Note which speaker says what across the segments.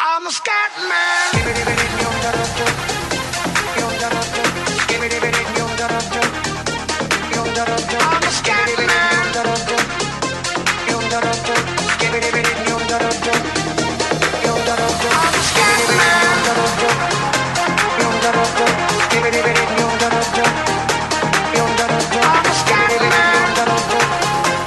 Speaker 1: I'm a scat man. I'm a scat man. I'm a scat man. I'm a scat man.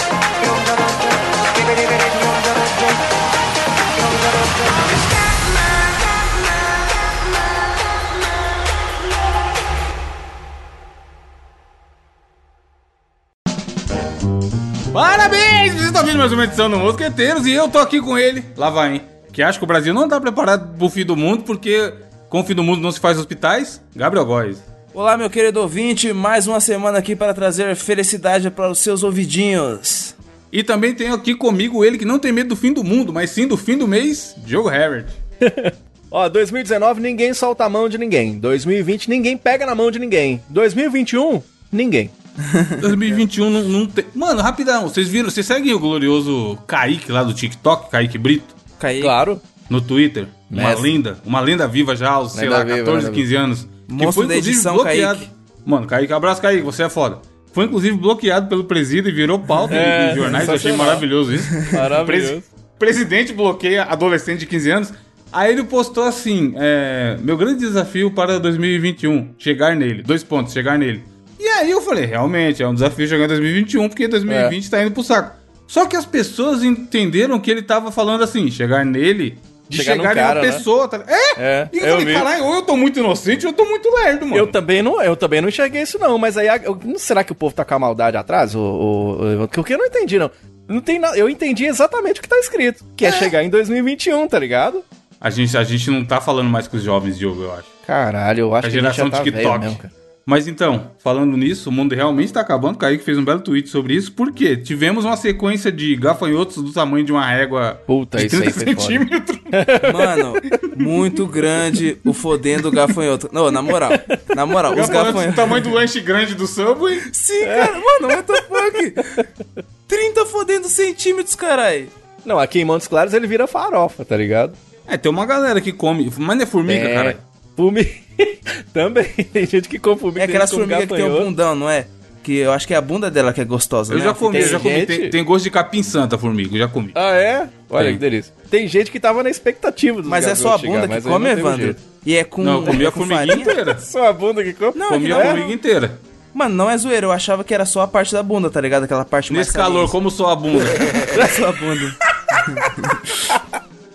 Speaker 2: Parabéns! Vocês estão ouvindo mais uma edição do Mosqueteiros e eu tô aqui com ele, lá vai, hein? Que acho que o Brasil não tá preparado pro fim do mundo, porque com o fim do mundo não se faz hospitais. Gabriel Góes.
Speaker 3: Olá, meu querido ouvinte, mais uma semana aqui para trazer felicidade para os seus ouvidinhos.
Speaker 2: E também tenho aqui comigo ele que não tem medo do fim do mundo, mas sim do fim do mês, Diogo Herbert.
Speaker 4: Ó, 2019 ninguém solta a mão de ninguém. 2020 ninguém pega na mão de ninguém. 2021 ninguém.
Speaker 2: 2021 não, não tem. Mano, rapidão, vocês viram? Vocês seguem o glorioso Kaique lá do TikTok, Kaique Brito,
Speaker 3: Caí.
Speaker 4: Claro.
Speaker 2: no Twitter? Uma
Speaker 4: Mestre.
Speaker 2: linda, uma lenda viva já aos, sei
Speaker 4: Lenda
Speaker 2: lá,
Speaker 4: viva,
Speaker 2: 14,
Speaker 4: lenda
Speaker 2: 15 anos.
Speaker 3: Monstro da edição, Kaique.
Speaker 2: Mano, Kaique, abraço, Kaique, você é foda. Foi inclusive bloqueado pelo presídio e virou pauta
Speaker 5: É,
Speaker 2: em- em jornais, eu achei maravilhoso isso.
Speaker 5: Maravilhoso.
Speaker 2: Presi- presidente bloqueia adolescente de 15 anos. Aí ele postou assim: é, Meu grande desafio para 2021, chegar nele. Dois pontos, chegar nele. E aí eu falei: Realmente, é um desafio chegar em 2021, porque 2020
Speaker 5: É.
Speaker 2: tá indo pro saco. Só que as pessoas entenderam que ele tava falando assim: chegar nele. De
Speaker 5: Chegar
Speaker 2: chegar,
Speaker 5: num
Speaker 2: em uma
Speaker 5: cara, né?
Speaker 2: pessoa. Tá... É?
Speaker 5: É,
Speaker 2: E eu,
Speaker 5: eu
Speaker 2: falei:
Speaker 5: vi.
Speaker 2: Caralho, ou eu tô muito inocente ou eu tô muito lerdo, mano.
Speaker 4: Eu também não, eu também não enxerguei isso não, mas aí a- eu- não será que o povo tá com a maldade atrás? O, o, o, porque eu não entendi não. Não tem nada, eu entendi exatamente o que tá escrito, que é, chegar em 2021, tá ligado?
Speaker 2: A, gente, a gente não tá falando mais com os jovens, Diogo, eu acho.
Speaker 4: Caralho, eu acho
Speaker 2: a
Speaker 4: que a gente
Speaker 2: geração
Speaker 4: já tá velho
Speaker 2: TikTok.
Speaker 4: mesmo, cara.
Speaker 2: Mas então, falando nisso, o mundo realmente tá acabando. O Kaique fez um belo tweet sobre isso, porque tivemos uma sequência de gafanhotos do tamanho de uma régua
Speaker 4: Puta,
Speaker 2: de
Speaker 4: isso aí
Speaker 2: 30
Speaker 4: foi foda.
Speaker 2: centímetros.
Speaker 3: Mano, muito grande o fodendo gafanhoto. Não, na moral, na moral, os
Speaker 2: Gafanhotos do
Speaker 3: gafanhotos.
Speaker 2: tamanho do lanche grande do Subway.
Speaker 3: Sim, cara, mano, what the fuck? 30 fodendo centímetros, carai.
Speaker 4: Não, aqui em Montes Claros ele vira farofa, tá ligado?
Speaker 2: É, tem uma galera que come, mas não é formiga,
Speaker 4: É,
Speaker 2: cara.
Speaker 4: Formiga. Também. Tem gente que um come formiga.
Speaker 3: É aquelas
Speaker 4: come
Speaker 3: formigas que tem o
Speaker 4: gafanhoto.
Speaker 3: bundão, não é? Que eu acho que é a bunda dela que é gostosa,
Speaker 2: Eu
Speaker 3: né?
Speaker 2: já comi, eu já comi.
Speaker 4: gente?
Speaker 2: Tem, tem gosto de capim santa, a formiga, eu já comi.
Speaker 4: Ah, é? Olha
Speaker 2: Tem.
Speaker 4: que delícia. Tem gente que tava na expectativa dos
Speaker 3: Mas é só a
Speaker 4: gafanhotos
Speaker 3: bunda
Speaker 4: chegar,
Speaker 3: que
Speaker 4: mas aí
Speaker 3: come,
Speaker 4: não tem um
Speaker 3: Evandro.
Speaker 4: jeito.
Speaker 3: E é com.
Speaker 2: não, eu comi
Speaker 3: é
Speaker 2: a
Speaker 3: com
Speaker 2: formiga
Speaker 3: farinha?
Speaker 2: inteira.
Speaker 4: Só a bunda que come?
Speaker 3: Não,
Speaker 2: comi
Speaker 3: que
Speaker 2: a
Speaker 3: não é.
Speaker 2: formiga inteira.
Speaker 3: Mano, não é zoeira, eu achava que era só a parte da bunda, tá ligado? Aquela parte mais
Speaker 2: Nesse calor, como só a bunda.
Speaker 3: Era só a bunda.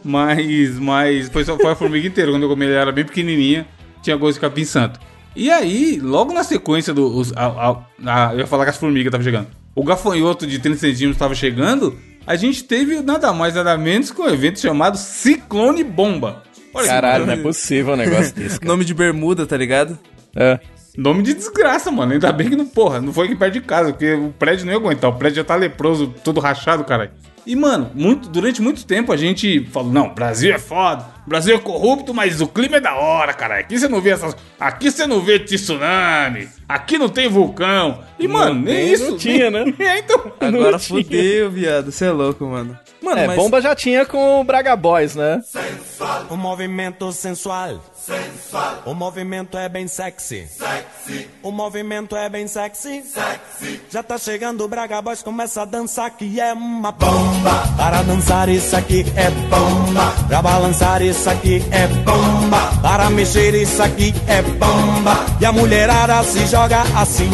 Speaker 2: Mas, mas foi, só, foi a formiga inteira. Quando eu comi, ela era bem pequenininha. Tinha gosto de capim santo. E aí, logo na sequência do... os- a- a- a- eu ia falar que as formigas estavam chegando. O gafanhoto de 30 centímetros estava chegando. A gente teve nada mais, nada menos que um evento chamado Ciclone Bomba. Olha que
Speaker 4: Caralho, não é
Speaker 2: maravilha.
Speaker 4: possível um negócio desse, cara.
Speaker 3: Nome de bermuda, tá ligado?
Speaker 4: É.
Speaker 2: Nome de desgraça, mano. Ainda bem que não, porra, não foi aqui perto de casa, porque o prédio não ia aguentar. O prédio já tá leproso, todo rachado, caralho. E, mano, muito, durante muito tempo a gente falou: não, Brasil é foda, Brasil é corrupto, mas o clima é da hora, caralho. Aqui você não vê essas. Aqui você não vê tsunami, aqui não tem vulcão. E, mano, nem
Speaker 4: tem,
Speaker 2: isso.
Speaker 4: não tinha, né?
Speaker 2: é, então.
Speaker 3: Agora
Speaker 4: Não tinha.
Speaker 3: fudeu, viado. Você é louco, mano. Mano,
Speaker 4: É,
Speaker 3: mas...
Speaker 4: bomba já tinha com o Braga Boys, né?
Speaker 6: O Um movimento sensual. O movimento é bem sexy. O movimento é bem sexy. Já tá chegando o Braga Boys, começa a dançar que é uma bomba. Para dançar isso aqui é bomba. Pra balançar isso aqui é bomba. Para mexer isso aqui é bomba. E a mulherada se joga assim.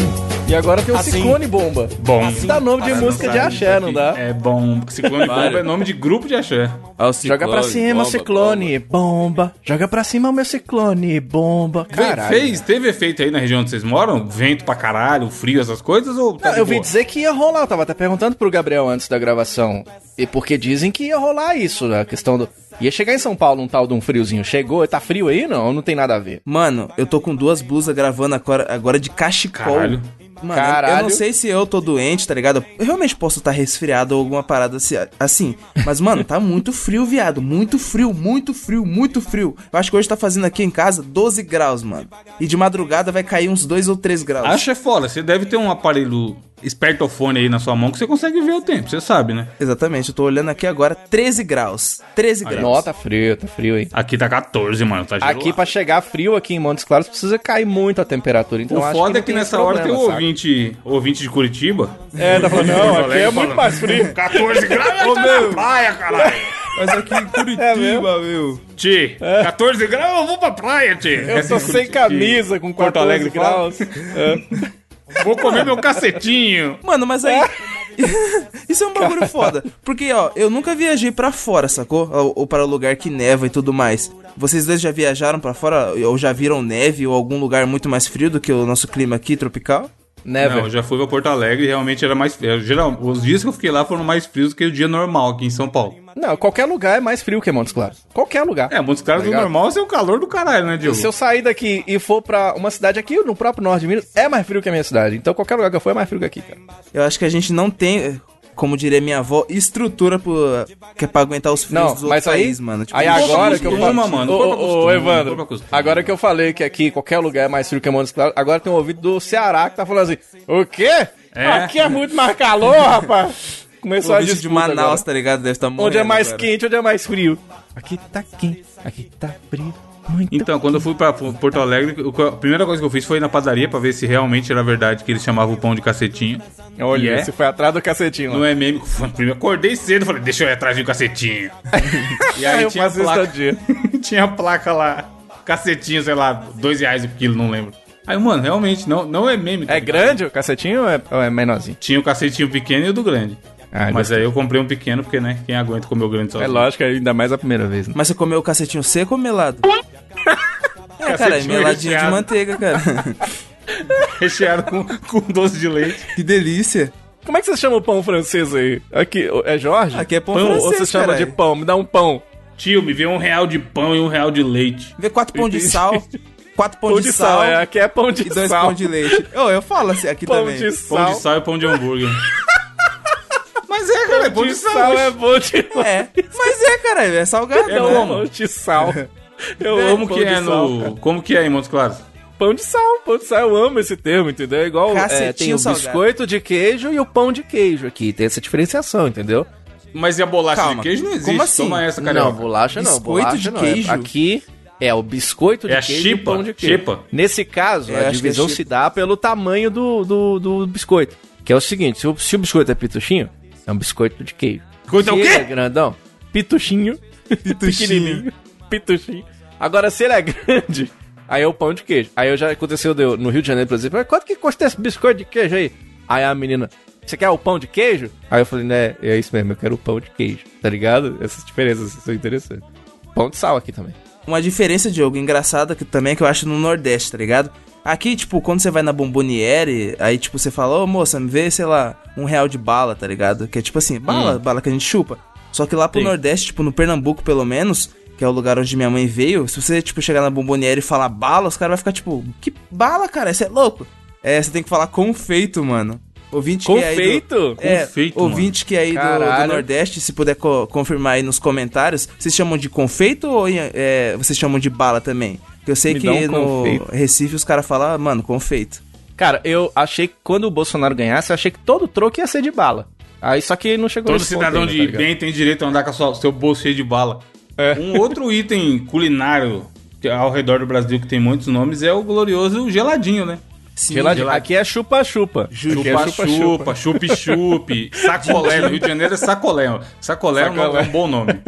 Speaker 4: E agora tem o
Speaker 6: Assim.
Speaker 4: Ciclone Bomba. Assim
Speaker 2: Bom,
Speaker 4: Dá nome de
Speaker 6: Para
Speaker 4: música de axé, não dá?
Speaker 2: É bom. Ciclone Bomba é nome de grupo de axé.
Speaker 3: Ah, o ciclone,
Speaker 4: Joga pra cima,
Speaker 5: bomba,
Speaker 4: Ciclone, bomba. Joga pra cima, meu Ciclone, bomba. Caralho.
Speaker 2: Fez, teve efeito aí na região onde vocês moram? Vento pra caralho, frio, essas coisas? Ou tá
Speaker 4: Não,
Speaker 2: de
Speaker 4: eu vim
Speaker 2: boa?
Speaker 4: dizer que ia rolar, eu tava até perguntando pro Gabriel antes da gravação. E porque dizem que ia rolar isso, né, a questão do. Ia chegar em São Paulo um tal de um friozinho. Chegou, tá frio aí? Não, não tem nada a ver.
Speaker 3: Mano, eu tô com duas blusas gravando agora, agora de cachecol.
Speaker 2: Caralho.
Speaker 3: Mano,
Speaker 4: Caralho.
Speaker 3: eu não sei se eu tô doente, tá ligado? Eu realmente posso estar resfriado ou alguma parada assim- assim. Mas, mano, tá muito frio, viado. Muito frio, muito frio, muito frio. Eu acho que hoje tá fazendo aqui em casa 12 graus, mano. E de madrugada vai cair uns 2 ou 3 graus.
Speaker 2: Acho é fora. Você deve ter um aparelho espertofone aí na sua mão que você consegue ver o tempo, você sabe, né?
Speaker 3: Exatamente, eu tô olhando aqui agora, 13 graus. 13 graus.
Speaker 4: Nossa, tá frio, tá frio aí.
Speaker 2: Aqui tá 14, mano, tá gelado.
Speaker 4: Aqui, pra chegar frio aqui em Montes Claros, precisa cair muito a temperatura. Então
Speaker 2: O
Speaker 4: acho
Speaker 2: foda
Speaker 4: não
Speaker 2: é que
Speaker 4: tem esse
Speaker 2: nessa hora tem
Speaker 4: problema,
Speaker 2: o
Speaker 4: saca?
Speaker 2: ouvinte, ouvinte de Curitiba.
Speaker 4: É, tá falando, não, aqui é
Speaker 2: Alegre
Speaker 4: muito
Speaker 2: falando,
Speaker 4: mais frio.
Speaker 2: 14 graus, eu tô na praia, caralho. É
Speaker 5: Mas aqui em Curitiba, meu.
Speaker 2: Ti,
Speaker 4: É.
Speaker 2: 14 graus, eu vou pra praia, Ti.
Speaker 4: Eu tô sem camisa com 14
Speaker 2: assim, Alegre fala?
Speaker 4: graus. É.
Speaker 2: Vou comer meu cacetinho.
Speaker 3: Mano, mas aí. Isso é um bagulho foda. Porque, ó, eu nunca viajei pra fora, sacou? Ou, ou para lugar que neva e tudo mais. Vocês dois já viajaram pra fora ou já viram neve ou algum lugar muito mais frio do que o nosso clima aqui tropical?
Speaker 2: Não, eu já fui pra Porto Alegre e realmente era mais frio. Geral, os dias que eu fiquei lá foram mais frios do que o dia normal aqui em São Paulo.
Speaker 4: Não, qualquer lugar é mais frio que Montes Claros. Qualquer lugar.
Speaker 2: É, muitos caras do
Speaker 4: Obrigado.
Speaker 2: normal é o calor do caralho, né, Diogo?
Speaker 4: Se eu sair daqui e for pra uma cidade aqui no próprio norte de Minas, é mais frio que a minha cidade. Então qualquer lugar que eu for é mais frio que aqui, cara.
Speaker 3: Eu acho que a gente não tem, como diria minha avó, estrutura pro, que é pra aguentar os frios
Speaker 4: Não,
Speaker 3: dos
Speaker 4: mas
Speaker 3: outros
Speaker 4: aí,
Speaker 3: países, mano. Tipo, um
Speaker 4: aí
Speaker 3: não
Speaker 4: agora que eu
Speaker 2: acostuma,
Speaker 4: falo,
Speaker 2: mano,
Speaker 4: Ô,
Speaker 2: corpo
Speaker 4: ô, ô,
Speaker 2: acostuma, corpo
Speaker 4: Evandro,
Speaker 2: acostuma.
Speaker 4: agora que eu falei que aqui qualquer lugar é mais frio que Montes Claros, agora tem um ouvido do Ceará que tá falando assim, o quê?
Speaker 2: É.
Speaker 4: Aqui é muito mais calor, rapaz. Começou a
Speaker 3: o bicho de
Speaker 4: disputa
Speaker 3: Manaus,
Speaker 4: agora.
Speaker 3: tá ligado? Deve estar
Speaker 4: Onde é mais
Speaker 3: quente.
Speaker 4: quente, onde é mais frio. Aqui tá quente, aqui tá frio. Muito.
Speaker 2: Então, quando eu fui pra Porto Alegre, o que- a primeira coisa que eu fiz foi ir na padaria pra ver se realmente era verdade que eles chamavam o pão de cacetinho.
Speaker 4: Olha,
Speaker 2: E é?
Speaker 4: esse foi atrás do cacetinho.
Speaker 2: Não
Speaker 4: lá.
Speaker 2: é meme. Eu acordei cedo falei, deixa eu ir atrás de um cacetinho. e aí
Speaker 4: eu
Speaker 2: tinha a
Speaker 4: faço isso todo
Speaker 2: placa.
Speaker 4: dia.
Speaker 2: tinha a placa lá. Cacetinho, sei lá, dois reais o quilo, não lembro. Aí, mano, realmente, não, não é meme. tá
Speaker 4: É
Speaker 2: ligado?
Speaker 4: grande o cacetinho ou é, ou é menorzinho?
Speaker 2: Tinha o cacetinho pequeno e o do grande.
Speaker 4: Ah,
Speaker 2: Mas
Speaker 4: gostei.
Speaker 2: aí eu comprei um pequeno, porque, né, quem aguenta comer o grande
Speaker 4: É
Speaker 2: sozinho.
Speaker 4: lógico, ainda mais a primeira vez. Né?
Speaker 3: Mas você comeu o cacetinho seco ou melado? É, cara, é
Speaker 2: Cacetinho
Speaker 3: meladinho de
Speaker 2: recheado.
Speaker 3: manteiga, cara.
Speaker 2: Recheado com, com doce de leite.
Speaker 3: que delícia.
Speaker 4: Como é que você chama o pão francês aí? Aqui, é Jorge?
Speaker 3: Aqui é pão
Speaker 4: Ou você
Speaker 3: francês,
Speaker 4: chama
Speaker 3: caralho.
Speaker 4: de pão? Me dá um pão.
Speaker 2: Tio, me vê um real de pão e um real de leite.
Speaker 3: Vê quatro pão de
Speaker 4: Entendi.
Speaker 3: sal, quatro pão,
Speaker 4: Pão de sal, é. Aqui é pão de
Speaker 3: e dois
Speaker 4: sal.
Speaker 3: pão de leite. Ô, eu falo assim aqui
Speaker 4: Pão
Speaker 3: também.
Speaker 4: de
Speaker 2: Pão
Speaker 4: sal.
Speaker 2: de sal e pão de hambúrguer. Mas é, cara, é pão
Speaker 4: Pão
Speaker 2: de sal.
Speaker 4: é bom de...
Speaker 3: É, mas é, caralho, é salgado,
Speaker 4: Eu
Speaker 3: né?
Speaker 4: amo pão de sal. Eu
Speaker 2: Como
Speaker 4: amo né? pão
Speaker 2: que
Speaker 4: de
Speaker 2: é
Speaker 4: sal,
Speaker 2: no...
Speaker 4: cara.
Speaker 2: Como que é em Montes Claros?
Speaker 4: Pão de sal, pão de sal. Eu amo esse termo, entendeu? É igual é,
Speaker 3: Cacetinho
Speaker 4: tem o
Speaker 3: salgado.
Speaker 4: biscoito de queijo e o pão de queijo aqui. Tem essa diferenciação, entendeu?
Speaker 2: Mas e a bolacha
Speaker 3: Calma,
Speaker 2: de queijo não
Speaker 3: como
Speaker 2: existe.
Speaker 3: assim?
Speaker 2: Toma essa,
Speaker 4: Não,
Speaker 2: carioca.
Speaker 4: bolacha não.
Speaker 3: Biscoito
Speaker 4: bolacha
Speaker 3: de
Speaker 4: não, é-
Speaker 3: queijo?
Speaker 4: aqui é o biscoito de
Speaker 2: É a
Speaker 4: queijo e o
Speaker 2: chipa,
Speaker 4: pão de queijo.
Speaker 2: chipa.
Speaker 4: Nesse caso,
Speaker 3: É,
Speaker 4: a
Speaker 3: acho que é
Speaker 4: divisão
Speaker 3: chipa.
Speaker 4: se dá pelo tamanho do, do, do biscoito. Que é o seguinte, se o, se o biscoito é pituchinho, é um biscoito de queijo.
Speaker 2: Biscoito é o
Speaker 4: Se
Speaker 2: quê?
Speaker 4: ele grandão, pituchinho, pequenininho, pituchinho. Agora, se ele é grande, aí é o pão de queijo. Aí eu já aconteceu de eu- no Rio de Janeiro, por exemplo, mas quanto que custa esse biscoito de queijo aí? Aí a menina, você quer o pão de queijo? Aí eu falei, né, é isso mesmo, eu quero o pão de queijo, tá ligado? Essas diferenças são interessantes. Pão de sal aqui também.
Speaker 3: Uma diferença, Diogo, engraçada que também é que eu acho no Nordeste, tá ligado? Aqui, tipo, quando você vai na bomboniere, aí, tipo, você fala, ô moça, me vê, sei lá, um real de bala, tá ligado? Que é tipo assim, bala, bala que a gente chupa. Só que lá pro Nordeste, tipo, no Pernambuco, pelo menos, que é o lugar onde minha mãe veio, se você, tipo, chegar na bomboniere e falar bala, os caras vão ficar, tipo, que bala, cara? Você é louco? É, você tem que falar confeito, mano. Ouvinte que é aí do-
Speaker 4: Confeito?
Speaker 3: É,
Speaker 2: Confeito,
Speaker 3: ouvinte que é aí do, do
Speaker 4: Caralho.
Speaker 3: Nordeste, se puder co- confirmar aí nos comentários, vocês chamam de confeito ou é, vocês chamam de bala também? Porque eu sei
Speaker 4: Me
Speaker 3: que
Speaker 4: dá um
Speaker 3: no
Speaker 4: confeito.
Speaker 3: Recife os caras falam, mano, confeito.
Speaker 4: Cara, eu achei que quando o Bolsonaro ganhasse, eu achei que todo troco ia ser de bala. Aí só que não chegou
Speaker 2: Todo
Speaker 4: nesse ponto
Speaker 2: cidadão
Speaker 4: ainda,
Speaker 2: de
Speaker 4: tá ligado?
Speaker 2: bem tem direito a andar com a sua- seu bolso cheio de bala. Um outro item culinário que é ao redor do Brasil que tem muitos nomes é o glorioso geladinho, né?
Speaker 3: Sim,
Speaker 4: Geladinho. Aqui é chupa-chupa. Aqui é
Speaker 2: Chupa-chupa, chup-chup, sacolé. No Rio de Janeiro é sacolé. ó. Sacolé, é um-
Speaker 4: Sacolé.
Speaker 2: é um bom nome.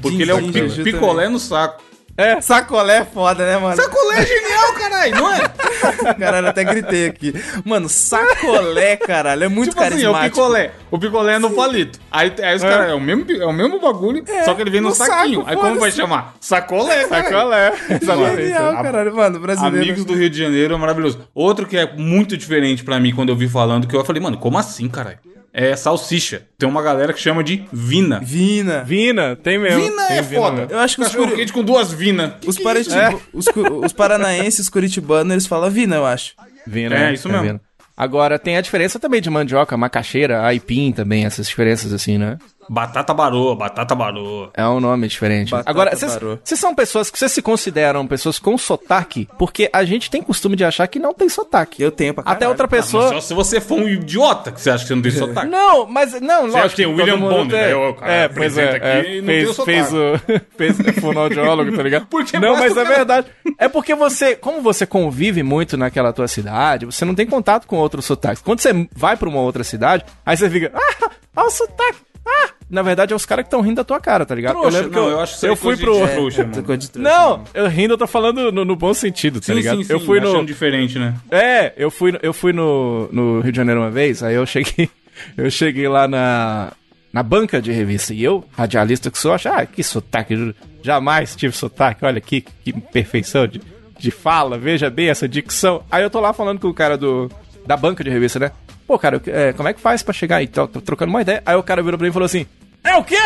Speaker 2: Porque ele é um
Speaker 3: Din-din,
Speaker 2: pi-
Speaker 3: Juju
Speaker 2: picolé no saco.
Speaker 4: É,
Speaker 3: Sacolé é foda, né, mano?
Speaker 2: Sacolé é genial, caralho, não é?
Speaker 3: Caralho, até gritei aqui. Mano, sacolé, caralho, é muito
Speaker 2: Tipo assim, é o
Speaker 3: carismático.
Speaker 2: picolé. O picolé é no palito. Aí, aí os caras, é o mesmo, pi- é o mesmo bagulho, só que ele vem no,
Speaker 3: no saco,
Speaker 2: saquinho. aí como vai
Speaker 3: foda-se.
Speaker 2: chamar? Sacolé, né? sacolé.
Speaker 4: sacolé.
Speaker 3: Genial, caralho, mano, brasileiro.
Speaker 2: Amigos do Rio de Janeiro é maravilhoso. Outro que é muito diferente pra mim quando eu vi falando, que eu falei, mano, como assim, caralho? É salsicha. Tem uma galera que chama de vina.
Speaker 3: Vina.
Speaker 4: Vina, tem mesmo.
Speaker 2: Vina
Speaker 4: Tem
Speaker 2: é foda.
Speaker 3: né?
Speaker 4: mesmo.
Speaker 3: Eu acho que os
Speaker 2: Cachorro
Speaker 3: curi-
Speaker 2: quente com duas vina.
Speaker 3: Os, parati- os cu- os paranaenses, os curitibanos, eles falam vina, eu acho.
Speaker 4: Vina,
Speaker 2: É,
Speaker 4: né?
Speaker 2: isso mesmo.
Speaker 4: Agora, tem a diferença também de mandioca, macaxeira, aipim também, essas diferenças assim, né?
Speaker 2: Batata baroa, batata baroa.
Speaker 4: É um nome diferente.
Speaker 3: Batata
Speaker 4: Agora, vocês
Speaker 3: Barô.
Speaker 4: vocês são pessoas que vocês se consideram pessoas com sotaque, porque a gente tem costume de achar que não tem sotaque.
Speaker 3: Eu tenho pra caralho.
Speaker 4: Até outra pessoa.
Speaker 2: Só se você for um idiota que você acha que você não tem sotaque.
Speaker 4: Não, mas não,
Speaker 2: Você
Speaker 4: lógico.
Speaker 2: acha que tem
Speaker 4: todo
Speaker 2: William
Speaker 4: mundo
Speaker 2: Bonner,
Speaker 4: tem.
Speaker 2: né? O cara
Speaker 4: É, pois é.
Speaker 2: apresenta aqui
Speaker 4: é,
Speaker 2: e não tem o sotaque.
Speaker 4: fez, fez o fez o fonoaudiólogo, tá ligado?
Speaker 2: Porque
Speaker 4: não,
Speaker 2: basta
Speaker 4: mas
Speaker 2: o
Speaker 4: é
Speaker 2: cara-
Speaker 4: verdade. É porque você, como você convive muito naquela tua cidade, você não tem contato com outros sotaques. Quando você vai pra uma outra cidade, aí você fica, ah, olha o sotaque. Ah, na verdade é os caras que estão rindo da tua cara, tá ligado?
Speaker 2: Trouxa,
Speaker 4: eu lembro
Speaker 2: não,
Speaker 4: que eu,
Speaker 2: eu acho que isso
Speaker 4: eu
Speaker 2: aí
Speaker 4: fui
Speaker 2: coisa de
Speaker 4: pro
Speaker 2: gente trouxa,
Speaker 3: Tô
Speaker 2: mano.
Speaker 3: com É, de trouxa.
Speaker 4: Não, eu rindo eu tô falando no, no bom sentido, tá
Speaker 2: Sim,
Speaker 4: ligado?
Speaker 2: sim, sim,
Speaker 4: eu fui
Speaker 2: achando
Speaker 4: no
Speaker 2: diferente, né?
Speaker 4: é, eu fui, no- eu fui no, no Rio de Janeiro uma vez, aí eu cheguei, eu cheguei lá na, na banca de revista. E eu, radialista que sou, acho, ah, que sotaque, juro, jamais tive sotaque, olha aqui, que perfeição de, de fala, veja bem essa dicção. Aí eu tô lá falando com o cara do, da banca de revista, né? Pô, cara, eu que- é, como é que faz pra chegar aí? Tô, tô trocando uma ideia. Aí o cara virou pra mim e falou assim: É o quê?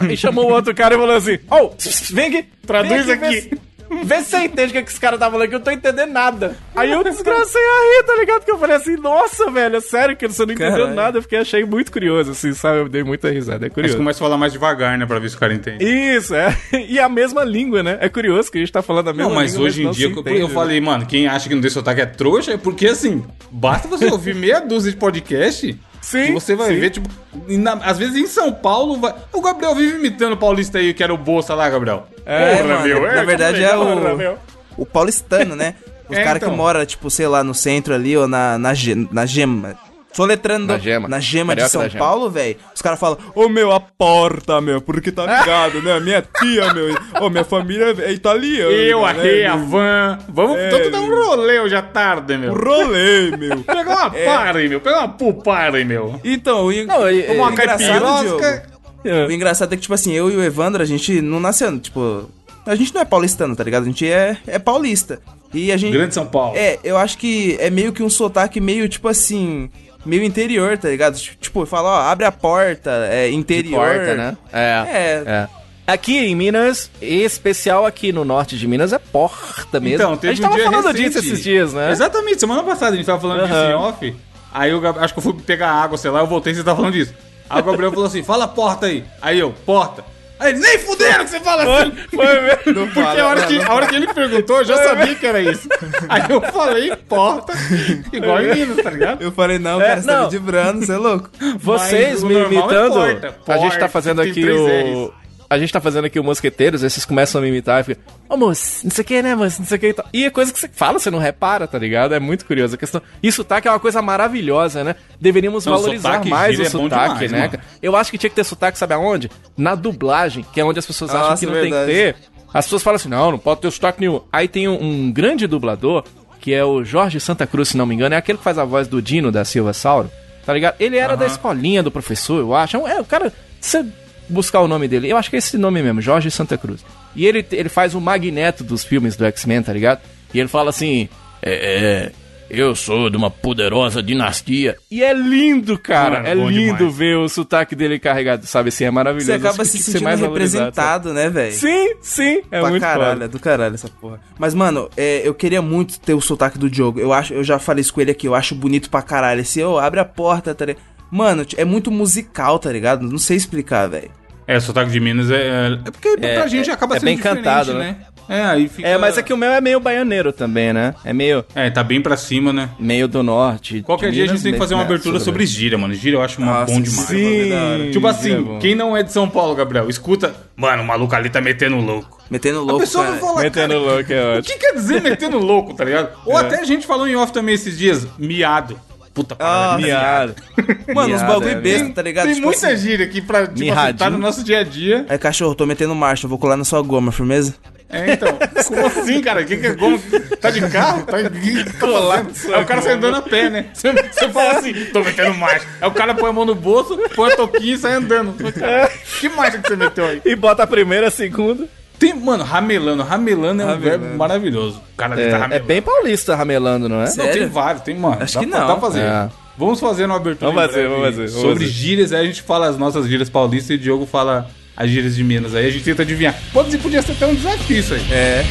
Speaker 4: Aí chamou o outro cara e falou assim: Ô, vem aqui,
Speaker 2: Traduz
Speaker 4: vem
Speaker 2: aqui.
Speaker 4: vê se- Vê se você entende o que, é que esse cara tá falando que eu não tô entendendo nada. Aí eu desgracei a rir, tá ligado? Que eu falei assim, nossa, velho, é sério que você não entendeu
Speaker 3: Caralho.
Speaker 4: nada, eu fiquei achei muito curioso, assim, sabe? Eu dei muita risada, é
Speaker 2: Aí você
Speaker 4: curioso.
Speaker 2: começa a falar mais devagar, né? Pra ver se o cara entende.
Speaker 4: Isso, é. E a mesma língua, né? É curioso que a gente tá falando a mesma
Speaker 2: Não,
Speaker 4: língua.
Speaker 2: mas hoje em
Speaker 4: não
Speaker 2: dia,
Speaker 4: se
Speaker 2: eu-
Speaker 4: entende,
Speaker 2: eu
Speaker 4: né?
Speaker 2: falei, mano, quem acha que não tem sotaque é trouxa, é porque assim, basta você ouvir meia dúzia de podcast
Speaker 4: Sim,
Speaker 2: que você vai
Speaker 4: sim.
Speaker 2: ver, tipo, e na- às vezes em São Paulo vai. O Gabriel vive imitando o paulista aí, que era o Bolsa lá, Gabriel.
Speaker 3: É, mano, na
Speaker 2: que
Speaker 3: verdade é
Speaker 2: legal,
Speaker 3: o-
Speaker 2: Gabriel.
Speaker 3: O paulistano, né? Os
Speaker 2: É,
Speaker 3: cara
Speaker 2: então.
Speaker 3: que mora, tipo, sei lá, no centro ali ou na, na, ge- na gema. Soletrando
Speaker 4: Na Gema.
Speaker 3: na gema de
Speaker 4: Carioca da
Speaker 3: São
Speaker 4: Gema.
Speaker 3: Paulo, velho. Os caras falam,
Speaker 5: Ô meu, a porta, meu, porque tá ligado, né? Minha tia, meu. Ô, minha família é italiana.
Speaker 2: Eu, a
Speaker 5: né,
Speaker 2: Rê, a
Speaker 5: meu?
Speaker 2: Van. Vamos
Speaker 5: É,
Speaker 2: todo dar um rolê hoje à tarde, meu.
Speaker 5: Um rolê, meu.
Speaker 2: Pega uma
Speaker 4: É.
Speaker 2: party, meu. Pega uma pulpare, meu.
Speaker 3: Então, e,
Speaker 4: Não, e-
Speaker 3: Tomou uma
Speaker 4: e-
Speaker 3: caipirosca.
Speaker 2: Pirosca.
Speaker 3: o engraçado é que, tipo assim, eu e o Evandro, a gente não nasceu, tipo. A gente não é paulistano, tá ligado? A gente é, é paulista. E a gente.
Speaker 2: Grande São Paulo.
Speaker 3: É, eu acho que é meio que um sotaque meio, tipo assim. Meio interior, tá ligado? Tipo, fala, ó, abre a porta, é interior.
Speaker 4: porta, né? É.
Speaker 3: É.
Speaker 4: Aqui em Minas, em especial aqui no norte de Minas, é porta mesmo.
Speaker 2: Então, teve
Speaker 4: a gente
Speaker 2: um
Speaker 4: tava
Speaker 2: dia
Speaker 4: falando
Speaker 2: recente.
Speaker 4: disso esses dias, né?
Speaker 2: Exatamente, semana passada a gente tava falando disso em off. Aí eu Gab- acho que eu fui pegar água, sei lá, eu voltei e você tava falando disso. Aí o Gabriel falou assim: fala porta aí. Aí eu, porta. Aí ele, nem fuderam que você fala assim.
Speaker 4: Foi mesmo.
Speaker 2: Porque a, hora que, a hora que ele perguntou, eu já sabia que era isso. Aí eu falei, porta, igual
Speaker 4: É.
Speaker 2: em Minas, tá ligado?
Speaker 3: Eu falei, não, cara, você tá
Speaker 4: não.
Speaker 3: me dibrando, você é louco.
Speaker 4: Vocês
Speaker 2: Mas o
Speaker 4: me
Speaker 2: normal é
Speaker 4: imitando.
Speaker 2: porta.
Speaker 4: a gente
Speaker 2: Porta,
Speaker 4: tá fazendo
Speaker 2: tem
Speaker 4: aqui
Speaker 2: três
Speaker 4: o.
Speaker 2: Rs.
Speaker 4: A gente tá fazendo aqui o Mosqueteiros, aí vocês começam a me imitar e fica, ô moço, não sei o que, né, moço, não sei o que e tal. E é coisa que você fala, você não repara, tá ligado? É muito curioso a questão. E sotaque é uma coisa maravilhosa, né? Deveríamos
Speaker 2: Não,
Speaker 4: valorizar
Speaker 2: sotaque,
Speaker 4: mais o
Speaker 2: gíria é bom
Speaker 4: sotaque,
Speaker 2: demais,
Speaker 4: né?
Speaker 2: mano.
Speaker 4: cara? Eu acho que tinha que ter sotaque, sabe aonde? Na dublagem, que é onde as pessoas acham
Speaker 3: Nossa,
Speaker 4: que não
Speaker 3: verdade.
Speaker 4: tem que ter. As pessoas falam assim, não, não pode ter sotaque nenhum. Aí tem um, um grande dublador, que é o Jorge Santa Cruz, se não me engano, é aquele que faz a voz do Dino da Silva Sauro, tá ligado? Ele era da escolinha do professor, eu acho. É, um- é, o cara, se você buscar o nome dele, eu acho que é esse nome mesmo, Jorge Santa Cruz. E ele, ele faz o magneto dos filmes do X-Men, tá ligado? E ele fala assim, é, é, eu sou de uma poderosa dinastia. E é lindo, cara,
Speaker 2: Mano,
Speaker 4: é
Speaker 2: bom
Speaker 4: lindo
Speaker 2: demais.
Speaker 4: ver o sotaque dele carregado, sabe? Assim, é maravilhoso.
Speaker 3: Você
Speaker 4: Acho
Speaker 3: acaba
Speaker 4: que
Speaker 3: se
Speaker 4: tinha que ser
Speaker 3: sentindo
Speaker 4: mais valorizado, sabe?
Speaker 3: representado, né, velho?
Speaker 4: Sim, sim, é
Speaker 3: pra
Speaker 4: muito
Speaker 3: caralho,
Speaker 4: foda.
Speaker 3: é do caralho essa porra. Mas, mano, é, eu queria muito ter o sotaque do Diogo. Eu, acho, eu já falei isso com ele aqui, eu acho bonito pra caralho. Esse, ô, abre a porta, tá ligado? Mano, é muito musical, tá ligado? Não sei explicar, velho.
Speaker 2: É, sotaque de Minas é. É porque pra gente acaba
Speaker 4: é
Speaker 2: sendo
Speaker 4: bem
Speaker 2: diferente,
Speaker 4: cantado, né?
Speaker 2: É, aí fica.
Speaker 4: É, mas é que o meu é meio baianeiro também, né? É meio,
Speaker 2: É, tá bem pra cima, né?
Speaker 4: meio do norte.
Speaker 2: Qualquer
Speaker 4: de
Speaker 2: dia a gente
Speaker 4: Minas,
Speaker 2: tem que
Speaker 4: né?
Speaker 2: fazer uma
Speaker 4: É,
Speaker 2: abertura
Speaker 4: tudo
Speaker 2: sobre
Speaker 4: bem.
Speaker 2: gíria, mano. Gíria eu acho uma
Speaker 3: Nossa,
Speaker 2: bom demais.
Speaker 3: sim. Da hora.
Speaker 4: Sim,
Speaker 2: Tipo
Speaker 4: é
Speaker 2: assim,
Speaker 4: bom.
Speaker 2: quem não é de São Paulo, Gabriel, escuta. Mano, o maluco ali tá metendo louco.
Speaker 3: Metendo
Speaker 2: A
Speaker 3: louco,
Speaker 2: pessoa vai
Speaker 3: cara.
Speaker 2: falar,
Speaker 4: É, Metendo
Speaker 2: cara,
Speaker 4: louco é
Speaker 2: O
Speaker 4: ótimo. É.
Speaker 2: que quer dizer metendo louco, tá ligado? Ou até a gente falou em off também esses dias, miado. Puta parada. né?
Speaker 4: Miado.
Speaker 3: Mano, Ah, uns
Speaker 4: Miada,
Speaker 3: bagulho
Speaker 4: é,
Speaker 3: besta, tá ligado?
Speaker 2: Tem
Speaker 3: Tipo
Speaker 2: muita
Speaker 3: assim,
Speaker 2: gíria aqui pra tipo, assim,
Speaker 4: Mirradinho.
Speaker 2: tá no nosso dia a dia.
Speaker 3: Aí, cachorro, tô metendo marcha, vou colar na sua goma, firmeza?
Speaker 2: É, então. Como assim, cara? Que que é como? Tá de carro? Tá colado. Aí o cara sai andando a pé, né? Você, você fala assim, tô metendo marcha. Aí o cara põe a mão no bolso, põe a toquinha e sai andando. Cara, Que marcha que você meteu aí?
Speaker 4: E bota a primeira, a segunda.
Speaker 2: Tem, mano, ramelando. Ramelando é um
Speaker 3: Ramelando.
Speaker 2: verbo maravilhoso. O cara ali
Speaker 4: É,
Speaker 2: tá
Speaker 4: é
Speaker 2: ramelando.
Speaker 4: bem paulista ramelando, não é?
Speaker 2: Não, tem
Speaker 3: Sério?
Speaker 2: vários, tem, mano.
Speaker 3: Acho
Speaker 2: Dá
Speaker 3: que
Speaker 2: pra-
Speaker 3: não.
Speaker 2: Dá pra fazer.
Speaker 4: É.
Speaker 2: Vamos fazer uma abertura.
Speaker 4: Vamos
Speaker 2: em
Speaker 4: fazer,
Speaker 2: breve
Speaker 4: vamos fazer, vamos
Speaker 2: Sobre
Speaker 4: fazer.
Speaker 2: gírias, aí a gente fala as nossas gírias paulistas e o Diogo fala as gírias de Minas. Aí a gente tenta adivinhar. Pode, podia ser até um desafio isso aí.
Speaker 4: É.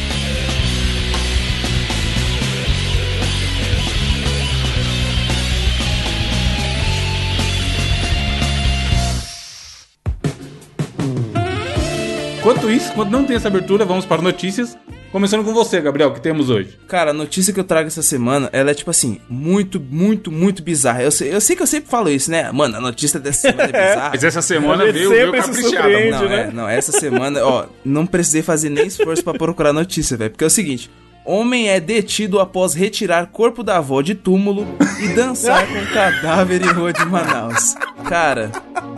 Speaker 2: Enquanto isso, enquanto não tem essa abertura, vamos para notícias. Começando com você, Gabriel, o que temos hoje?
Speaker 3: Cara, a notícia que eu trago essa semana, ela é tipo assim, muito, muito, muito bizarra. Eu sei, eu sei que eu sempre falo isso, né? Mano, a notícia dessa semana é bizarra.
Speaker 2: Mas essa semana
Speaker 4: Ele
Speaker 2: veio, veio
Speaker 4: sempre se
Speaker 2: caprichada.
Speaker 4: surpreende.
Speaker 2: mano.
Speaker 3: Não,
Speaker 4: né?
Speaker 3: é, não, essa semana, ó, não precisei fazer nem esforço pra procurar notícia, velho. Porque é o seguinte: homem é detido após retirar corpo da avó de túmulo e dançar com cadáver em rua de Manaus. Cara,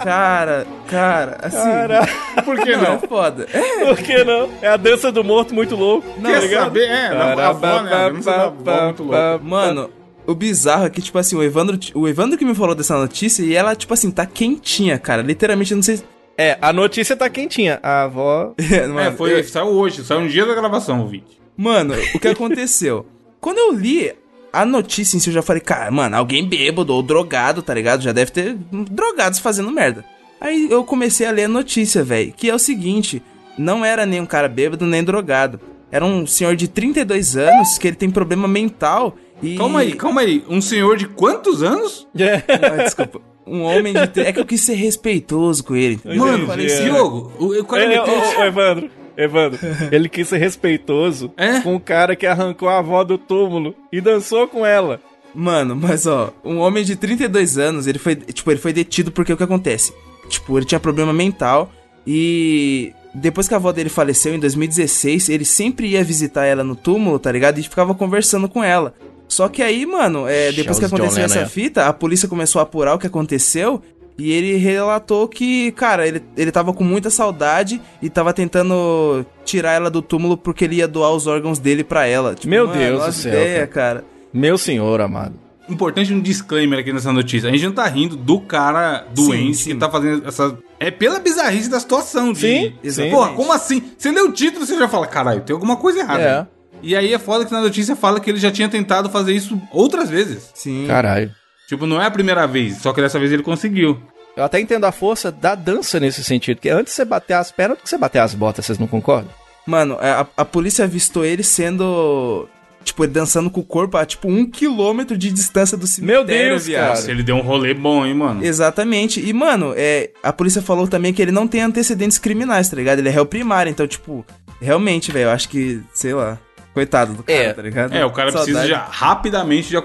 Speaker 3: cara, cara, assim.
Speaker 2: Por que
Speaker 3: Não,
Speaker 2: não?
Speaker 3: é foda. É,
Speaker 4: Por que não? É a dança do morto muito louco.
Speaker 3: não,
Speaker 2: Quer
Speaker 3: ligado?
Speaker 2: saber? É, da avó, né? A dança da avó, muito louco.
Speaker 3: Mano, o bizarro é que, tipo assim, o Evandro, o Evandro que me falou dessa notícia e ela, tipo assim, tá quentinha, cara. Literalmente, eu não sei. se-
Speaker 4: É, a notícia tá quentinha. A avó.
Speaker 3: Mano,
Speaker 2: É, foi,
Speaker 3: eu-
Speaker 2: saiu hoje, saiu um dia da gravação o vídeo.
Speaker 3: Mano, o que aconteceu? Quando eu li a notícia em si, eu já falei, cara, mano, alguém bêbado ou drogado, tá ligado? Já deve ter hum, drogados fazendo merda. Aí eu comecei a ler a notícia, velho, que é o seguinte: não era nem um cara bêbado nem drogado. Era um senhor de 32 anos que ele tem problema mental e.
Speaker 2: Calma aí, calma aí. Um senhor de quantos anos?
Speaker 4: É.
Speaker 3: Ah, desculpa. Um homem de. tre- É que eu quis ser respeitoso com ele. entendeu?
Speaker 2: Mano,
Speaker 3: eu falei,
Speaker 4: é.
Speaker 2: Diogo, o, o cara
Speaker 4: Ele, ô,
Speaker 2: meteu...
Speaker 4: ô, Evandro, Evandro, ele quis ser respeitoso
Speaker 2: É?
Speaker 4: com o cara que arrancou a avó do túmulo e dançou com ela.
Speaker 3: Mano, mas ó, um homem de 32 anos, ele foi, tipo, ele foi detido porque o que acontece? Tipo, ele tinha problema mental e depois que a avó dele faleceu em 2016, ele sempre ia visitar ela no túmulo, tá ligado? E ficava conversando com ela. Só que aí, mano, é, depois que
Speaker 4: Charles John
Speaker 3: aconteceu
Speaker 4: Lennon,
Speaker 3: essa
Speaker 4: é.
Speaker 3: fita, a polícia começou a apurar o que aconteceu e ele relatou que, cara, ele, ele tava com muita saudade e tava tentando tirar ela do túmulo porque ele ia doar os órgãos dele pra ela. Tipo,
Speaker 4: Meu
Speaker 3: mano,
Speaker 4: Deus do
Speaker 3: olha a
Speaker 4: céu,
Speaker 3: Ideia, cara.
Speaker 4: Meu senhor, amado.
Speaker 2: Importante um disclaimer aqui nessa notícia. A gente não tá rindo do cara doente
Speaker 3: Sim, sim.
Speaker 2: que tá fazendo essa... É pela bizarrice da situação. De...
Speaker 4: Sim,
Speaker 3: sim.
Speaker 2: Porra, como assim? Você lê o título e você já fala, caralho, tem alguma coisa errada.
Speaker 4: É.
Speaker 2: E aí é foda que na notícia fala que ele já tinha tentado fazer isso outras vezes.
Speaker 3: Sim.
Speaker 4: Caralho.
Speaker 2: Tipo, não é a primeira vez, só que dessa vez ele conseguiu.
Speaker 4: Eu até entendo a força da dança nesse sentido, que antes de você bater as pernas do que você bater as botas, vocês não concordam?
Speaker 3: Mano, é, a, a polícia avistou ele sendo. Tipo, ele dançando com o corpo a tipo um quilômetro de distância do cemitério.
Speaker 4: Deus,
Speaker 3: viado.
Speaker 4: cara.
Speaker 2: Nossa, ele deu um rolê bom, hein, mano?
Speaker 3: Exatamente. E, mano, é, a polícia falou também que ele não tem antecedentes criminais, tá ligado? Ele é réu primário, então, tipo, realmente, velho, eu acho que, sei lá, coitado do cara,
Speaker 4: É.
Speaker 3: tá ligado?
Speaker 2: É, o cara precisa
Speaker 3: Saudade.
Speaker 2: já rapidamente de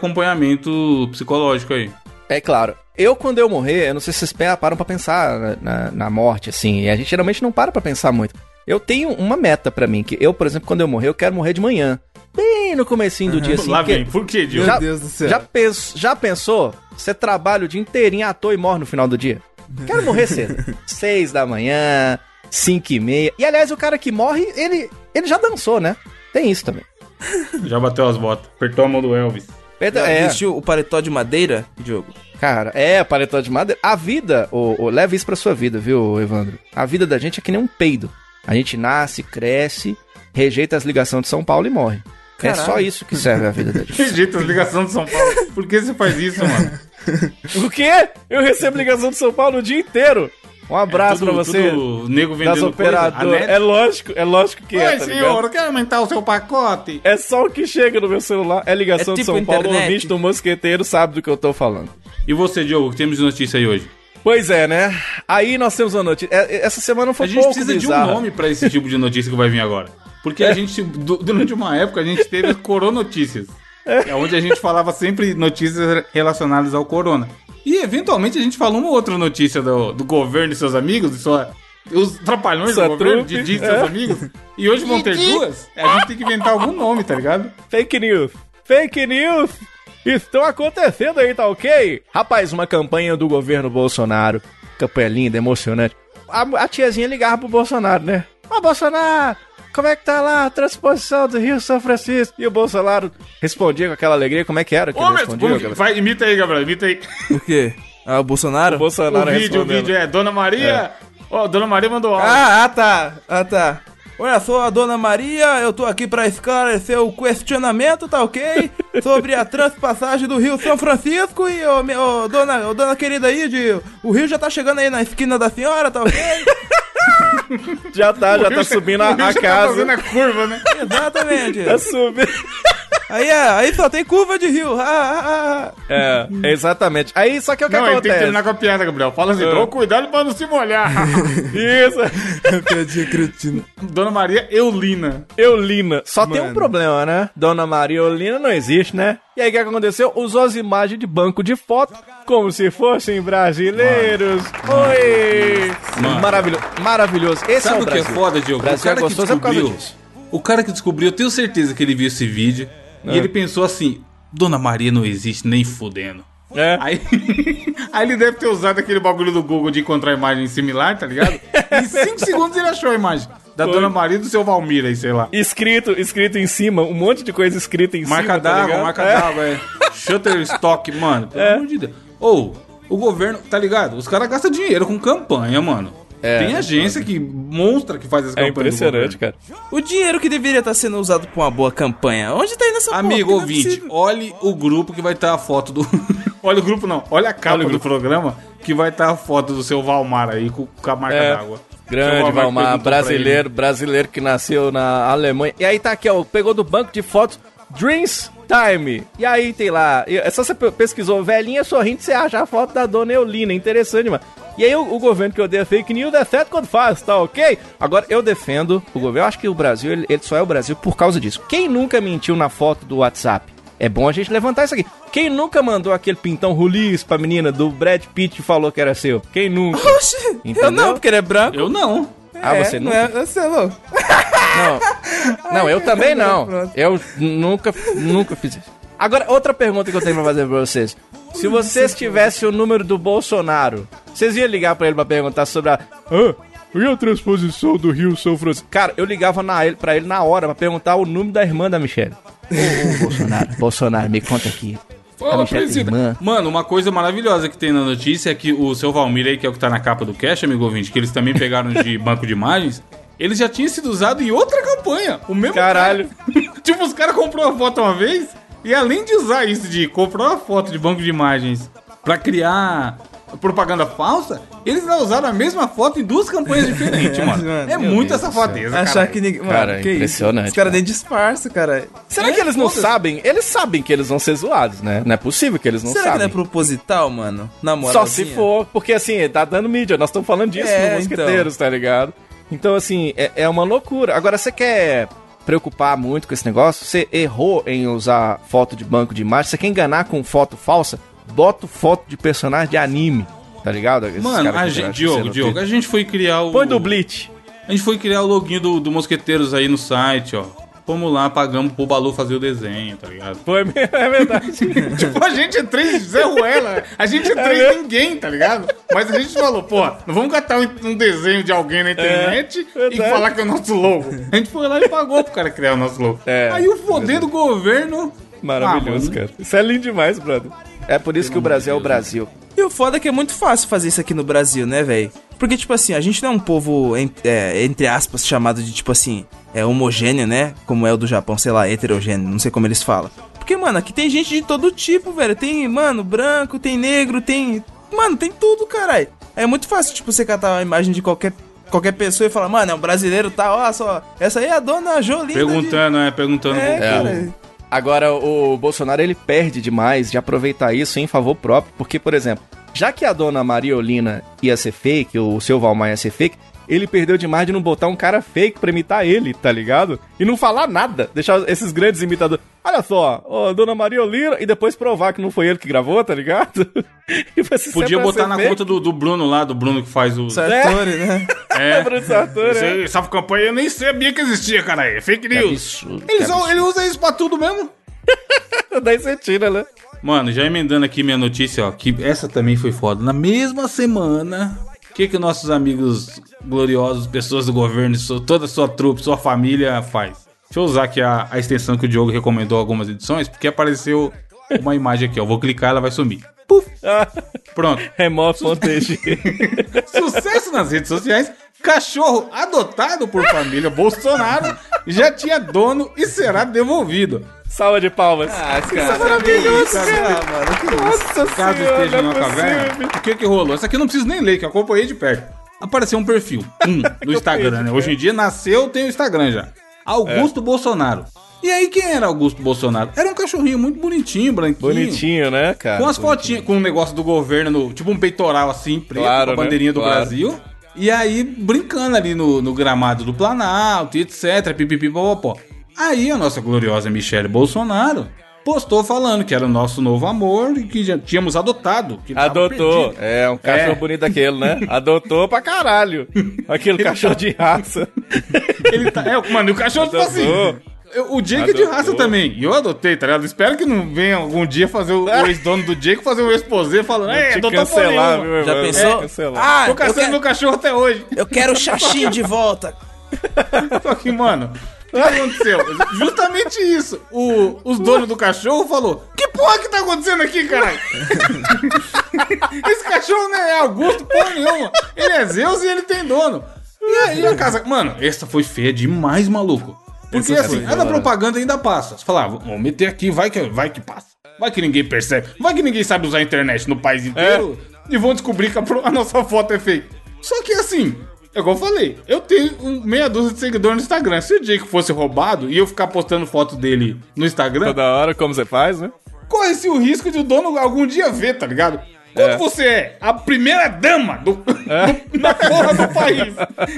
Speaker 2: acompanhamento psicológico aí.
Speaker 4: É claro. Eu, quando eu morrer, eu não sei se vocês pe- param pra pensar na, na- na morte, assim. E a gente geralmente não para pra pensar muito. Eu tenho uma meta pra mim, que eu, por exemplo, quando eu morrer, eu quero morrer de manhã. Bem no comecinho do dia, assim.
Speaker 2: Uhum. Lá
Speaker 4: porque
Speaker 2: vem. Por quê, Diogo?
Speaker 3: Meu
Speaker 4: Já-
Speaker 3: Deus do céu.
Speaker 4: Já, pens- já pensou? Você trabalha o dia inteirinho à toa e morre no final do dia? Quero morrer cedo. Seis da manhã, cinco e meia. E, aliás, o cara que morre, ele, ele já dançou, né? Tem isso também.
Speaker 2: Já bateu as botas. Apertou a mão do Elvis.
Speaker 4: Então,
Speaker 3: Já
Speaker 4: é,
Speaker 3: Vestiu o paletó de madeira, Diogo?
Speaker 4: cara, é, paletó de madeira. A vida, ô, ô, leva isso pra sua vida, viu, Evandro? A vida da gente é que nem um peido. A gente nasce, cresce, rejeita as ligações de São Paulo e morre. É
Speaker 3: Caralho.
Speaker 4: só isso que serve a vida da gente.
Speaker 2: Rejeita as ligações de São Paulo. Por que você faz isso, mano?
Speaker 4: o quê? Eu recebo ligação de São Paulo o dia inteiro. Um abraço pra você.
Speaker 2: O É nego
Speaker 4: das
Speaker 2: vendendo coisa. a
Speaker 4: operadoras.
Speaker 2: net.
Speaker 4: É lógico, é lógico que é,
Speaker 2: Oi,
Speaker 4: tá
Speaker 2: senhor,
Speaker 4: ligado?
Speaker 2: eu quero aumentar o seu pacote.
Speaker 4: É só o que chega no meu celular. É ligação
Speaker 3: É
Speaker 4: de
Speaker 3: tipo
Speaker 4: São Paulo,
Speaker 3: internet.
Speaker 4: ouvinte do Mosqueteiro sabe do que eu tô falando.
Speaker 2: E você, Diogo, que temos de notícia aí hoje?
Speaker 4: Pois é, né? Aí nós temos uma notícia. é, é, Essa semana foi
Speaker 2: A
Speaker 4: um
Speaker 2: gente
Speaker 4: pouco É.
Speaker 2: precisa
Speaker 4: bizarra.
Speaker 2: de um nome pra esse tipo de notícia que vai vir agora. Porque a gente, du- durante uma época, a gente teve coronotícias. É onde a gente falava sempre notícias relacionadas ao corona. E eventualmente a gente falou uma outra notícia do, do governo e seus amigos, e sua, os trapalhões
Speaker 4: Sua
Speaker 2: do governo,
Speaker 4: trupe,
Speaker 2: Didi e seus
Speaker 4: é.
Speaker 2: amigos. E hoje vão ter duas? É, A gente tem que inventar algum nome, tá ligado?
Speaker 4: Fake news. Fake news. Estão acontecendo aí, tá ok? Rapaz, uma campanha do governo Bolsonaro. Campanha linda, emocionante. A, a tiazinha ligava pro Bolsonaro, né? Ó, Bolsonaro, como é que tá lá a transposição do Rio São Francisco? E o Bolsonaro respondia com aquela alegria. Como é que era que
Speaker 2: Ô,
Speaker 4: ele
Speaker 2: mas
Speaker 4: respondia?
Speaker 2: como-
Speaker 4: Gabriel?
Speaker 2: vai, imita aí, Gabriel, imita aí.
Speaker 3: O quê? Ah, o Bolsonaro?
Speaker 4: O Bolsonaro
Speaker 2: o vídeo, o
Speaker 4: respondendo. é
Speaker 2: vídeo é Dona Maria. Ó, Dona Maria mandou áudio.
Speaker 3: Ah, ah, tá, ah, tá. Olha só, a dona Maria, eu tô aqui pra esclarecer o questionamento, tá ok? Sobre a transpassagem do Rio São Francisco e, ô, me- ô, dona, ô, dona querida aí, de, o Rio já tá chegando aí na esquina da senhora, tá ok?
Speaker 4: Já tá, já tá
Speaker 2: Rio
Speaker 4: subindo a,
Speaker 2: Rio
Speaker 4: a
Speaker 2: já Tá
Speaker 4: casa.
Speaker 2: fazendo a curva, né?
Speaker 3: Exatamente.
Speaker 4: Tá subindo.
Speaker 3: Aí, é, aí só tem curva de rio. Ah, ah, ah.
Speaker 4: É, exatamente. Aí, só que o que
Speaker 2: Não, ele tem que
Speaker 4: acontece?
Speaker 2: terminar com a piada, Gabriel. Fala assim, toma cuidado pra não se molhar.
Speaker 4: Isso.
Speaker 3: Piadinha cretina.
Speaker 2: Dona Maria Eulina.
Speaker 4: Eulina. Só tem um
Speaker 3: Mano.
Speaker 4: problema, né? Dona Maria Eulina não existe, né? E aí o que aconteceu? Usou as imagens de banco de foto como se fossem brasileiros. Oi!
Speaker 2: Mano.
Speaker 4: Maravilhoso. Maravilhoso. Esse é
Speaker 2: Sabe
Speaker 4: o
Speaker 2: o que é
Speaker 4: Brasil.
Speaker 2: foda, Diogo?
Speaker 4: Brasil
Speaker 2: o cara
Speaker 4: é
Speaker 2: que
Speaker 4: gostoso é por causa
Speaker 2: descobriu.
Speaker 4: disso.
Speaker 2: O cara que descobriu, eu tenho certeza que ele viu esse vídeo.
Speaker 4: É.
Speaker 2: E ele pensou assim: Dona Maria não existe nem fudendo.
Speaker 4: É.
Speaker 2: Aí, aí ele deve ter usado aquele bagulho do Google de encontrar imagem similar, tá ligado? Em 5 segundos ele achou a imagem. Da Dona Maria e do seu Valmir aí, sei lá.
Speaker 4: Escrito, escrito em cima, um monte de coisa escrita em
Speaker 2: Marca
Speaker 4: cima. tá
Speaker 2: d'água,
Speaker 4: ligado?
Speaker 2: marca
Speaker 4: É.
Speaker 2: d'água, é. Shutterstock, mano. Pelo
Speaker 3: É.
Speaker 2: amor de Deus. Ou, o governo, tá ligado? Os caras gastam dinheiro com campanha, mano.
Speaker 3: É.
Speaker 2: Tem agência que monstra que faz as
Speaker 4: É
Speaker 2: campanhas. do
Speaker 4: impressionante,
Speaker 2: governo.
Speaker 4: cara.
Speaker 3: O dinheiro que deveria estar sendo usado pra uma boa campanha, onde tá indo essa porra?
Speaker 2: Amigo
Speaker 3: Porque não é
Speaker 2: ouvinte,
Speaker 3: possível.
Speaker 2: olhe o grupo que vai estar a foto do. olha o grupo, não. Olha a capa do programa que vai estar a foto do seu Valmar aí com, com a marca
Speaker 4: É.
Speaker 2: d'água. Seu
Speaker 4: Grande Valmar,
Speaker 2: perguntou pra
Speaker 4: brasileiro, brasileiro que nasceu na Alemanha. E aí tá aqui, ó, pegou do banco de fotos Dreams Time. E aí tem lá, e- é só você pe- pesquisou velhinha sorrindo, você acha a foto da dona Eulina, é interessante, mano. E aí o, o governo que odeia fake news é certo quando faz, tá ok? Agora, eu defendo o governo, eu acho que o Brasil, ele, ele só é o Brasil por causa disso. Quem nunca mentiu na foto do WhatsApp? É bom a gente levantar isso aqui. Quem nunca mandou aquele pintão ruliz pra menina do Brad Pitt e falou que era seu? Quem nunca?
Speaker 3: Oxi,
Speaker 4: Entendeu?
Speaker 3: eu não, porque ele é branco.
Speaker 2: ele. Eu não.
Speaker 4: Ah,
Speaker 3: É,
Speaker 4: você
Speaker 3: não
Speaker 4: nunca?
Speaker 3: é- você é louco.
Speaker 4: Não, não eu também não. Eu nunca, nunca fiz isso. Agora, outra pergunta que eu tenho pra fazer pra vocês. Se vocês tivessem o número do Bolsonaro, vocês iam ligar pra ele pra perguntar sobre a... Ah, e a transposição do Rio São Francisco? Cara, eu ligava na, ele- pra ele na hora pra perguntar o nome da irmã da Michelle. Ô, ô, Bolsonaro, Bolsonaro, me conta aqui. A
Speaker 2: Fala,
Speaker 4: Michelle tem irmã.
Speaker 2: presidente. Mano, uma coisa maravilhosa que tem na notícia é que o seu Valmir aí, que é o que tá na capa do Cash, amigo ouvinte, que eles também pegaram de banco de imagens, ele já tinha sido usado em outra campanha. O mesmo
Speaker 4: Caralho.
Speaker 2: cara. tipo, os caras comprou a foto uma vez e além de usar isso de comprar uma foto de banco de imagens pra criar propaganda falsa, eles já usaram a mesma foto em duas campanhas diferentes, mano.
Speaker 3: mano,
Speaker 2: É
Speaker 3: meu
Speaker 2: muita safadeza, cara.
Speaker 3: Achar que ninguém. Mano,
Speaker 4: Cara,
Speaker 3: que
Speaker 4: impressionante,
Speaker 3: Isso? Os caras
Speaker 4: cara. É
Speaker 3: nem disfarçam, cara.
Speaker 4: Será que eles não sabem? Eles sabem que eles vão ser zoados, né? Não é possível que eles não
Speaker 3: Será que não
Speaker 4: sabem.
Speaker 3: é proposital, mano? Na moral.
Speaker 4: Só se for, porque assim, tá dando mídia, nós estamos falando disso
Speaker 3: É,
Speaker 4: no Mosqueteiros, tá ligado? Então, assim, é, é uma loucura. Agora, você quer preocupar muito com esse negócio? Você errou em usar foto de banco de imagem? Você quer enganar com foto falsa? Bota foto de personagem de anime, tá ligado? Esses
Speaker 2: Mano,
Speaker 4: caras que
Speaker 2: a
Speaker 4: viram
Speaker 2: gente,
Speaker 4: essa cena
Speaker 2: Diogo,
Speaker 4: no
Speaker 2: Diogo,
Speaker 4: Twitter.
Speaker 2: a gente foi criar o.
Speaker 4: Põe do Bleach.
Speaker 2: A gente foi criar o login do, do Mosqueteiros aí no site, ó. Vamos lá, pagamos pro Balu fazer o desenho, tá ligado?
Speaker 4: Foi, mesmo, é verdade.
Speaker 2: Tipo, a gente é três Zé Ruela, a gente é três ninguém, tá ligado? Mas a gente falou, pô, não vamos catar um, um desenho de alguém
Speaker 4: É,
Speaker 2: na internet e
Speaker 4: verdade.
Speaker 2: falar que é o nosso logo. A gente foi lá e pagou pro cara criar o nosso logo.
Speaker 4: É,
Speaker 2: aí o poder do governo...
Speaker 4: Maravilhoso,
Speaker 2: Ah, mano,
Speaker 4: cara. Isso é lindo demais, brother. É por isso que o Brasil é o
Speaker 2: né?
Speaker 4: Brasil.
Speaker 3: E o foda é que é muito fácil fazer isso aqui no Brasil, né, velho? Porque, tipo assim, a gente não é um povo, en- é, entre aspas, chamado de, tipo assim, é, homogêneo, né? Como é o do Japão, sei lá, heterogêneo, não sei como eles falam. Porque, mano, aqui tem gente de todo tipo, velho. Tem, mano, branco, tem negro, tem. Mano, tem tudo, caralho. É muito fácil, tipo, você catar uma imagem de qualquer, qualquer pessoa e falar, mano, é um brasileiro, tá, ó, só. Essa aí é a dona Jolina.
Speaker 2: Perguntando, é, perguntando.
Speaker 3: De... É,
Speaker 2: pro povo.
Speaker 3: cara.
Speaker 4: Agora, o Bolsonaro ele perde demais de aproveitar isso em favor próprio, porque, por exemplo, já que a dona Maria Olina ia ser fake, ou o seu Valmar ia ser fake, ele perdeu demais de não botar um cara fake pra imitar ele, tá ligado? E não falar nada, deixar esses grandes imitadores. Olha só, ó, dona Maria Olina, e depois provar que não foi ele que gravou, tá ligado? E você sempre
Speaker 2: Podia
Speaker 4: vai
Speaker 2: botar
Speaker 4: ser
Speaker 2: na
Speaker 4: fake.
Speaker 2: conta do, do Bruno lá, do Bruno que faz o...
Speaker 3: Sartori, né?
Speaker 2: É.
Speaker 4: Bruno Sartori,
Speaker 2: Isso
Speaker 4: é.
Speaker 2: aí, Essa campanha eu nem sabia que existia, cara. É fake news.
Speaker 4: absurdo,
Speaker 2: Ele, só- ele usa isso pra tudo mesmo?
Speaker 4: Daí você tira, né?
Speaker 2: Mano, já emendando aqui minha notícia, ó, que essa também foi foda. Na mesma semana, o que que nossos amigos gloriosos, pessoas do governo, so- toda a sua trupe, sua família faz? Deixa eu usar aqui a, a extensão que o Diogo recomendou algumas edições, porque apareceu uma imagem aqui, ó. Vou clicar, ela vai sumir. Puf! Pronto.
Speaker 4: Remove fonte.
Speaker 2: Sucesso nas redes sociais. Cachorro adotado por família Bolsonaro já tinha dono e será devolvido.
Speaker 4: Salva de palmas.
Speaker 3: Ah, cara.
Speaker 4: maravilhoso,
Speaker 3: que isso,
Speaker 4: cara.
Speaker 3: Ah, mano, que isso.
Speaker 4: Nossa
Speaker 2: Caso
Speaker 4: Senhora,
Speaker 2: esteja em
Speaker 4: não
Speaker 2: uma
Speaker 4: é possível.
Speaker 2: caverna, o que que rolou? Isso aqui eu não preciso nem ler, que eu acompanhei de perto. Apareceu um
Speaker 4: né? É.
Speaker 2: perfil, um, no Instagram, né? Hoje em dia nasceu, tem o Instagram já. Augusto Bolsonaro. E aí, quem era Augusto Bolsonaro? Era um cachorrinho muito bonitinho, branquinho.
Speaker 4: Bonitinho, né, cara?
Speaker 2: Com as fotinhas, com um negócio do governo, no- tipo um peitoral assim, preto,
Speaker 4: Claro,
Speaker 2: com a
Speaker 4: né?
Speaker 2: bandeirinha do
Speaker 4: Claro.
Speaker 2: Brasil. E aí, brincando ali no, no gramado do Planalto, e etc, pipipi, popopó. Aí a nossa gloriosa Michelle Bolsonaro postou falando que era o nosso novo amor e que já tínhamos adotado. Que tava
Speaker 4: Adotou.
Speaker 2: perdido.
Speaker 4: É, um cachorro
Speaker 2: É.
Speaker 4: bonito daquele, né? Adotou pra caralho. Aquele cachorro de raça.
Speaker 2: Ele tá, é, mano, e o cachorro tipo assim.
Speaker 4: Adotou.
Speaker 2: eu- o Jake é de
Speaker 4: Adotou.
Speaker 2: raça também. E eu adotei, tá ligado? Espero que não venha algum dia fazer o, o ex-dono do Jake fazer um exposé falando, é,
Speaker 4: Te
Speaker 2: adotou por
Speaker 4: cancelar,
Speaker 2: nenhuma."
Speaker 4: meu irmão.
Speaker 3: Já
Speaker 4: Vai
Speaker 3: pensou?
Speaker 4: cancelar.
Speaker 3: Ah,
Speaker 2: Tô
Speaker 3: eu
Speaker 2: caçando meu
Speaker 3: quero,
Speaker 2: cachorro até hoje.
Speaker 3: eu quero o xaxim de volta.
Speaker 2: Só que, mano, o que aconteceu? Justamente isso. O, os donos do cachorro falou: Que porra que tá acontecendo aqui, caralho? Esse cachorro não é Augusto, porra nenhuma. Ele é Zeus e ele tem dono. E aí a casa. Mano, essa foi feia demais, maluco. Porque
Speaker 4: Essa
Speaker 2: assim,
Speaker 4: foi
Speaker 2: a da
Speaker 4: da hora.
Speaker 2: propaganda ainda passa. Você falava, vamos meter aqui, vai que, vai que passa. Vai que ninguém percebe. Vai que ninguém sabe usar a internet no país inteiro. E vão descobrir que a, pro- a nossa foto é fake. Só que assim, é igual eu falei, eu tenho um- meia dúzia de seguidores no Instagram. Se o Jake fosse roubado e eu ficar postando foto dele no Instagram,
Speaker 4: Toda hora, como você faz, né?
Speaker 2: corre-se o risco de o dono algum dia ver, tá ligado? Quando
Speaker 4: É.
Speaker 2: você é a primeira dama do, do- da porra do país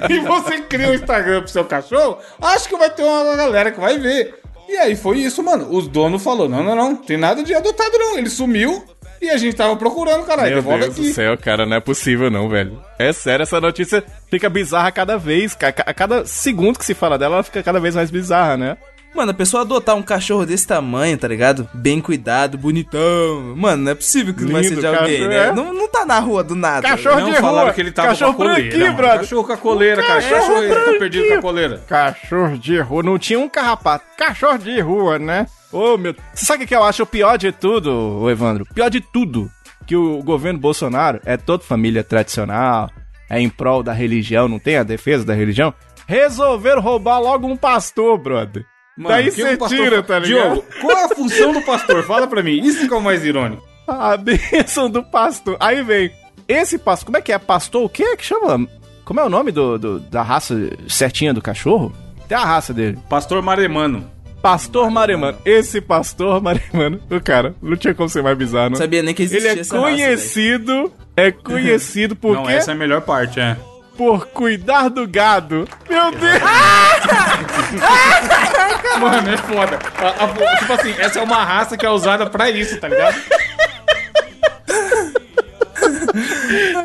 Speaker 2: e você cria um Instagram pro seu cachorro, acho que vai ter uma galera que vai ver. E aí foi isso, mano. Os donos falou: não, não, não, tem nada de adotado, não. Ele sumiu e a gente tava procurando, caralho.
Speaker 4: Meu
Speaker 2: Devolve
Speaker 4: Deus
Speaker 2: aqui.
Speaker 4: do céu, cara, não é possível não, velho. É sério, essa notícia fica bizarra cada vez, cara. A cada segundo que se fala dela, ela fica cada vez mais bizarra, né?
Speaker 3: Mano, a pessoa adotar um cachorro desse tamanho, tá ligado? Bem cuidado, bonitão. Mano, não é possível que não vai
Speaker 4: Lindo,
Speaker 3: ser de alguém,
Speaker 4: cachorro,
Speaker 3: né?
Speaker 4: é.
Speaker 3: Não, não tá na rua do nada.
Speaker 4: Cachorro
Speaker 2: Não
Speaker 4: de
Speaker 2: falaram
Speaker 4: rua,
Speaker 2: que ele tava
Speaker 4: cachorro
Speaker 2: com a coleira.
Speaker 4: branquinho,
Speaker 2: mano.
Speaker 4: brother.
Speaker 2: Cachorro com a coleira, cara.
Speaker 4: cachorro
Speaker 2: Cachorro, ele tá
Speaker 4: branquinho.
Speaker 2: perdido com a coleira.
Speaker 4: Cachorro de rua, não tinha um carrapato. Cachorro de rua, né? Ô, meu. Você sabe o que eu acho o pior de tudo, ô, Evandro? Pior de tudo que o governo Bolsonaro é toda família tradicional, é em prol da religião, não tem a defesa da religião. Resolveram roubar logo um pastor, brother. Daí
Speaker 2: que o
Speaker 4: você
Speaker 2: pastor
Speaker 4: tira,
Speaker 2: fa-
Speaker 4: tá ligado?
Speaker 2: Diogo, qual é a função do pastor? Fala pra mim. Isso que é o mais irônico.
Speaker 4: A bênção do pastor. Aí vem. Esse pastor. Como é que é? Pastor o quê que chama? Como é o nome do, do- da raça certinha do cachorro? Tem a raça dele.
Speaker 2: Pastor maremano.
Speaker 4: Pastor Maremano. Esse pastor Maremano. O cara, não tinha como ser mais bizarro, não.
Speaker 3: Não sabia nem que
Speaker 4: Ele
Speaker 3: existia
Speaker 4: é
Speaker 3: essa raça, velho.
Speaker 4: conhecido. é conhecido por
Speaker 2: Não,
Speaker 4: quê?
Speaker 2: essa é a melhor parte, é.
Speaker 4: Por cuidar do gado.
Speaker 3: É.
Speaker 4: Meu Deus!
Speaker 2: Mano, é foda. A- a- tipo assim, essa é uma raça que é usada pra isso, tá ligado?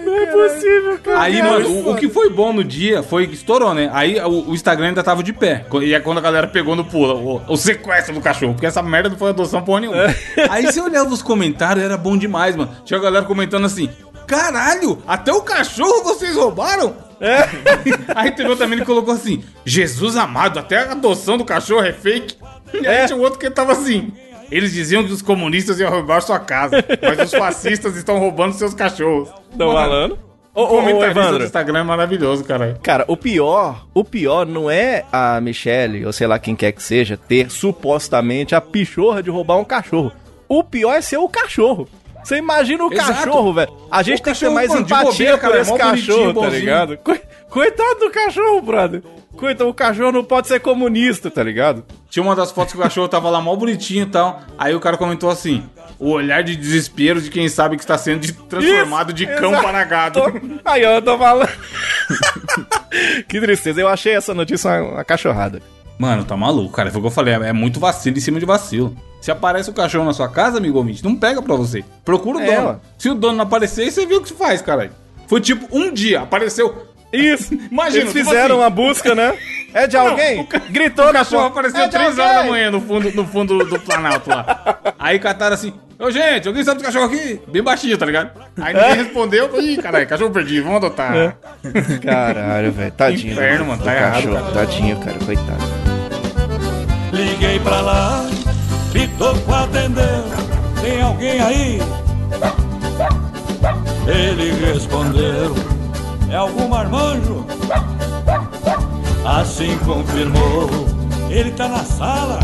Speaker 4: Não é possível, cara.
Speaker 2: Aí, mano, o, o que foi bom no dia foi que estourou, né? Aí o, o Instagram ainda tava de pé. Co- E é quando a galera pegou no pula, o, o sequestro do cachorro, porque essa merda não foi adoção porra nenhuma.
Speaker 4: É.
Speaker 2: Aí você olhava os comentários, era bom demais, mano. Tinha a galera comentando assim: caralho, até o cachorro vocês roubaram? É. Aí teve outro também que colocou assim: Jesus amado, até a adoção do cachorro é fake. E aí tinha outro que tava assim. Eles diziam que os comunistas iam roubar sua casa, mas os fascistas estão roubando seus cachorros.
Speaker 4: Não,
Speaker 2: Mano,
Speaker 4: falando. Ô,
Speaker 2: o
Speaker 4: ô, ô,
Speaker 2: comentarista do
Speaker 4: Evandro.
Speaker 2: Instagram é maravilhoso, cara.
Speaker 4: Cara, o pior, o pior não é a Michelle, ou sei lá quem quer que seja, ter supostamente a pichorra de roubar um cachorro. O pior é ser o cachorro. Você imagina o
Speaker 2: Exato.
Speaker 4: cachorro, velho. A gente
Speaker 2: O
Speaker 4: tem que ter
Speaker 2: cachorro,
Speaker 4: mais
Speaker 2: mano, de
Speaker 4: empatia
Speaker 2: bobeira,
Speaker 4: por
Speaker 2: cara, é
Speaker 4: esse
Speaker 2: mó
Speaker 4: cachorro,
Speaker 2: bonitinho,
Speaker 4: tá
Speaker 2: bonzinho.
Speaker 4: ligado? Co- Coitado do cachorro, brother. Coitado, o cachorro não pode ser comunista, tá ligado?
Speaker 2: Tinha uma das fotos que o cachorro tava lá mó bonitinho e tal. Aí o cara comentou assim: o olhar de desespero de quem sabe que está sendo de- transformado de cão
Speaker 4: exato.
Speaker 2: para gado.
Speaker 4: Tô- Aí eu tô falando. que tristeza. Eu achei essa notícia uma, uma cachorrada.
Speaker 2: Mano, tá maluco, cara. Foi o que eu falei: é muito vacilo em cima de vacilo. Se aparece o cachorro na sua casa, amigo ouvinte, não pega pra você. Procura o
Speaker 4: É,
Speaker 2: dono.
Speaker 4: ó.
Speaker 2: Se o dono não aparecer, aí você viu o que se faz, caralho. Foi tipo um dia, apareceu.
Speaker 4: Isso,
Speaker 2: Imagina,
Speaker 4: Eles
Speaker 2: tipo
Speaker 4: fizeram
Speaker 2: assim.
Speaker 4: uma busca, né? É de alguém? Gritou
Speaker 2: O cachorro
Speaker 4: na porta,
Speaker 2: apareceu
Speaker 4: "É de
Speaker 2: 3
Speaker 4: alguém!"
Speaker 2: horas da manhã no fundo, no fundo do Planalto lá. Aí cataram assim: Ô gente, alguém sabe do cachorro aqui? Bem baixinho, tá ligado? Aí ninguém respondeu. Ih, caralho, cachorro perdido, vamos adotar.
Speaker 4: Caralho, velho. Tadinho.
Speaker 2: Inferno,
Speaker 4: do-
Speaker 2: mano,
Speaker 4: do
Speaker 2: tá errado,
Speaker 4: cachorro.
Speaker 2: cara.
Speaker 4: Tadinho, cara. Coitado.
Speaker 6: Liguei pra lá, Pitoco atendeu. Tem alguém aí? Ele respondeu: É algum marmanjo? Assim confirmou: Ele tá na sala.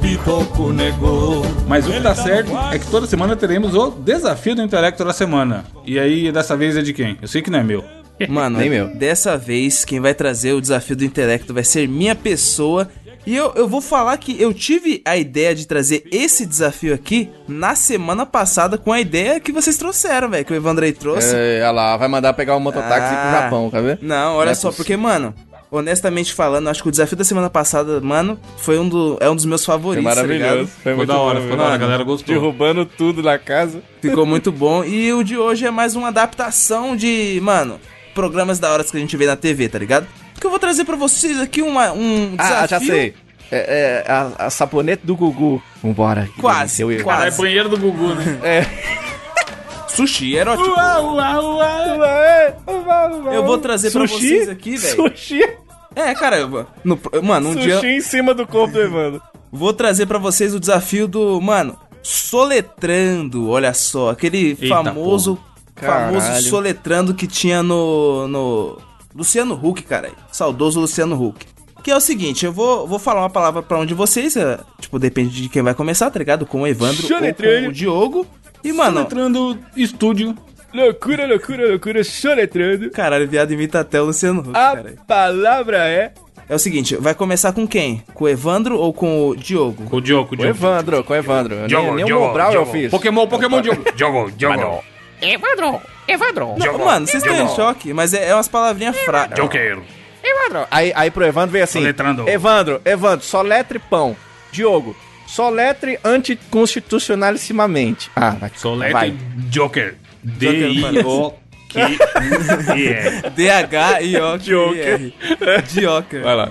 Speaker 6: Pitoco negou.
Speaker 2: Mas o que
Speaker 6: Ele
Speaker 2: tá
Speaker 6: no
Speaker 2: certo
Speaker 6: quarto.
Speaker 2: é que toda semana teremos o desafio do intelecto da semana. E aí, dessa vez é de quem? Eu sei que não é meu.
Speaker 3: Mano,
Speaker 4: Nem meu.
Speaker 3: dessa vez, quem vai trazer o desafio do intelecto vai ser minha pessoa. E eu, eu vou falar que eu tive a ideia de trazer esse desafio aqui na semana passada com a ideia que vocês trouxeram, velho, que o Evandrei trouxe.
Speaker 4: É, olha lá, vai mandar pegar um mototáxi pro
Speaker 3: Ah.
Speaker 4: Japão, quer ver?
Speaker 3: Não, olha
Speaker 4: Não é
Speaker 3: só,
Speaker 4: possível.
Speaker 3: porque, mano, honestamente falando, acho que o desafio da semana passada, mano, foi um, do, é um dos meus
Speaker 4: Foi
Speaker 3: favoritos. tá
Speaker 4: maravilhoso.
Speaker 3: ligado?
Speaker 4: Foi
Speaker 2: Ficou
Speaker 4: muito
Speaker 2: da hora,
Speaker 4: bom,
Speaker 2: ficou da hora, a
Speaker 4: mano.
Speaker 2: galera gostou.
Speaker 4: Derrubando tudo na casa.
Speaker 3: Ficou muito bom. E o de hoje é mais uma adaptação de, mano, programas da hora que a gente vê na TV, tá ligado? Porque eu vou trazer pra vocês aqui uma, um desafio.
Speaker 4: Ah, já sei. É, é, a, a saponete do Gugu. Vambora.
Speaker 3: Quase,
Speaker 4: Seu erro.
Speaker 2: Cara, é
Speaker 3: quase.
Speaker 2: banheiro do Gugu, né?
Speaker 3: Sushi erótico. Eu vou trazer pra
Speaker 4: Sushi?
Speaker 3: vocês aqui, velho.
Speaker 4: Sushi.
Speaker 3: É, cara, eu vou- no- mano, um
Speaker 4: Sushi
Speaker 3: dia
Speaker 4: em cima do corpo do Evandro.
Speaker 3: vou trazer pra vocês o desafio do, mano, soletrando, olha só, aquele famoso
Speaker 4: Caralho.
Speaker 3: famoso soletrando que tinha no no Luciano Huck, cara. Saudoso Luciano Huck. Que é o seguinte, eu vou, vou falar uma palavra pra um de vocês, é, tipo, depende de quem vai começar, tá ligado? Com o Evandro ou
Speaker 4: Soletrando.
Speaker 3: com o Diogo. E, mano,
Speaker 2: Entrando estúdio.
Speaker 4: Loucura, loucura, loucura, soletrando.
Speaker 3: caralho, viado imita até o Luciano Huck, cara.
Speaker 4: A palavra é...
Speaker 3: É o seguinte, vai começar com quem? Com o Evandro ou com o Diogo?
Speaker 2: Com o Diogo, com o
Speaker 4: Com
Speaker 2: Diogo.
Speaker 4: Evandro, com Evandro.
Speaker 2: Diogo,
Speaker 4: nem nem
Speaker 2: Diogo,
Speaker 4: o Mobral eu
Speaker 2: Diogo.
Speaker 4: fiz.
Speaker 2: Pokémon, Pokémon Diogo. Diogo, Diogo.
Speaker 7: Evandro, Evandro,
Speaker 3: Não, mano, vocês estão em choque, mas é, é umas palavrinhas fracas.
Speaker 2: Joker.
Speaker 7: Evandro.
Speaker 4: Aí, aí pro Evandro veio assim.
Speaker 2: Soletrando.
Speaker 4: Evandro, Evandro, soletre pão. Diogo, soletre anticonstitucionalissimamente. Ah, vai.
Speaker 2: Solete
Speaker 4: vai.
Speaker 2: Joker. D-I-O-Q-E.
Speaker 3: D-H-I-O-K-R. Dioker.
Speaker 4: Vai lá.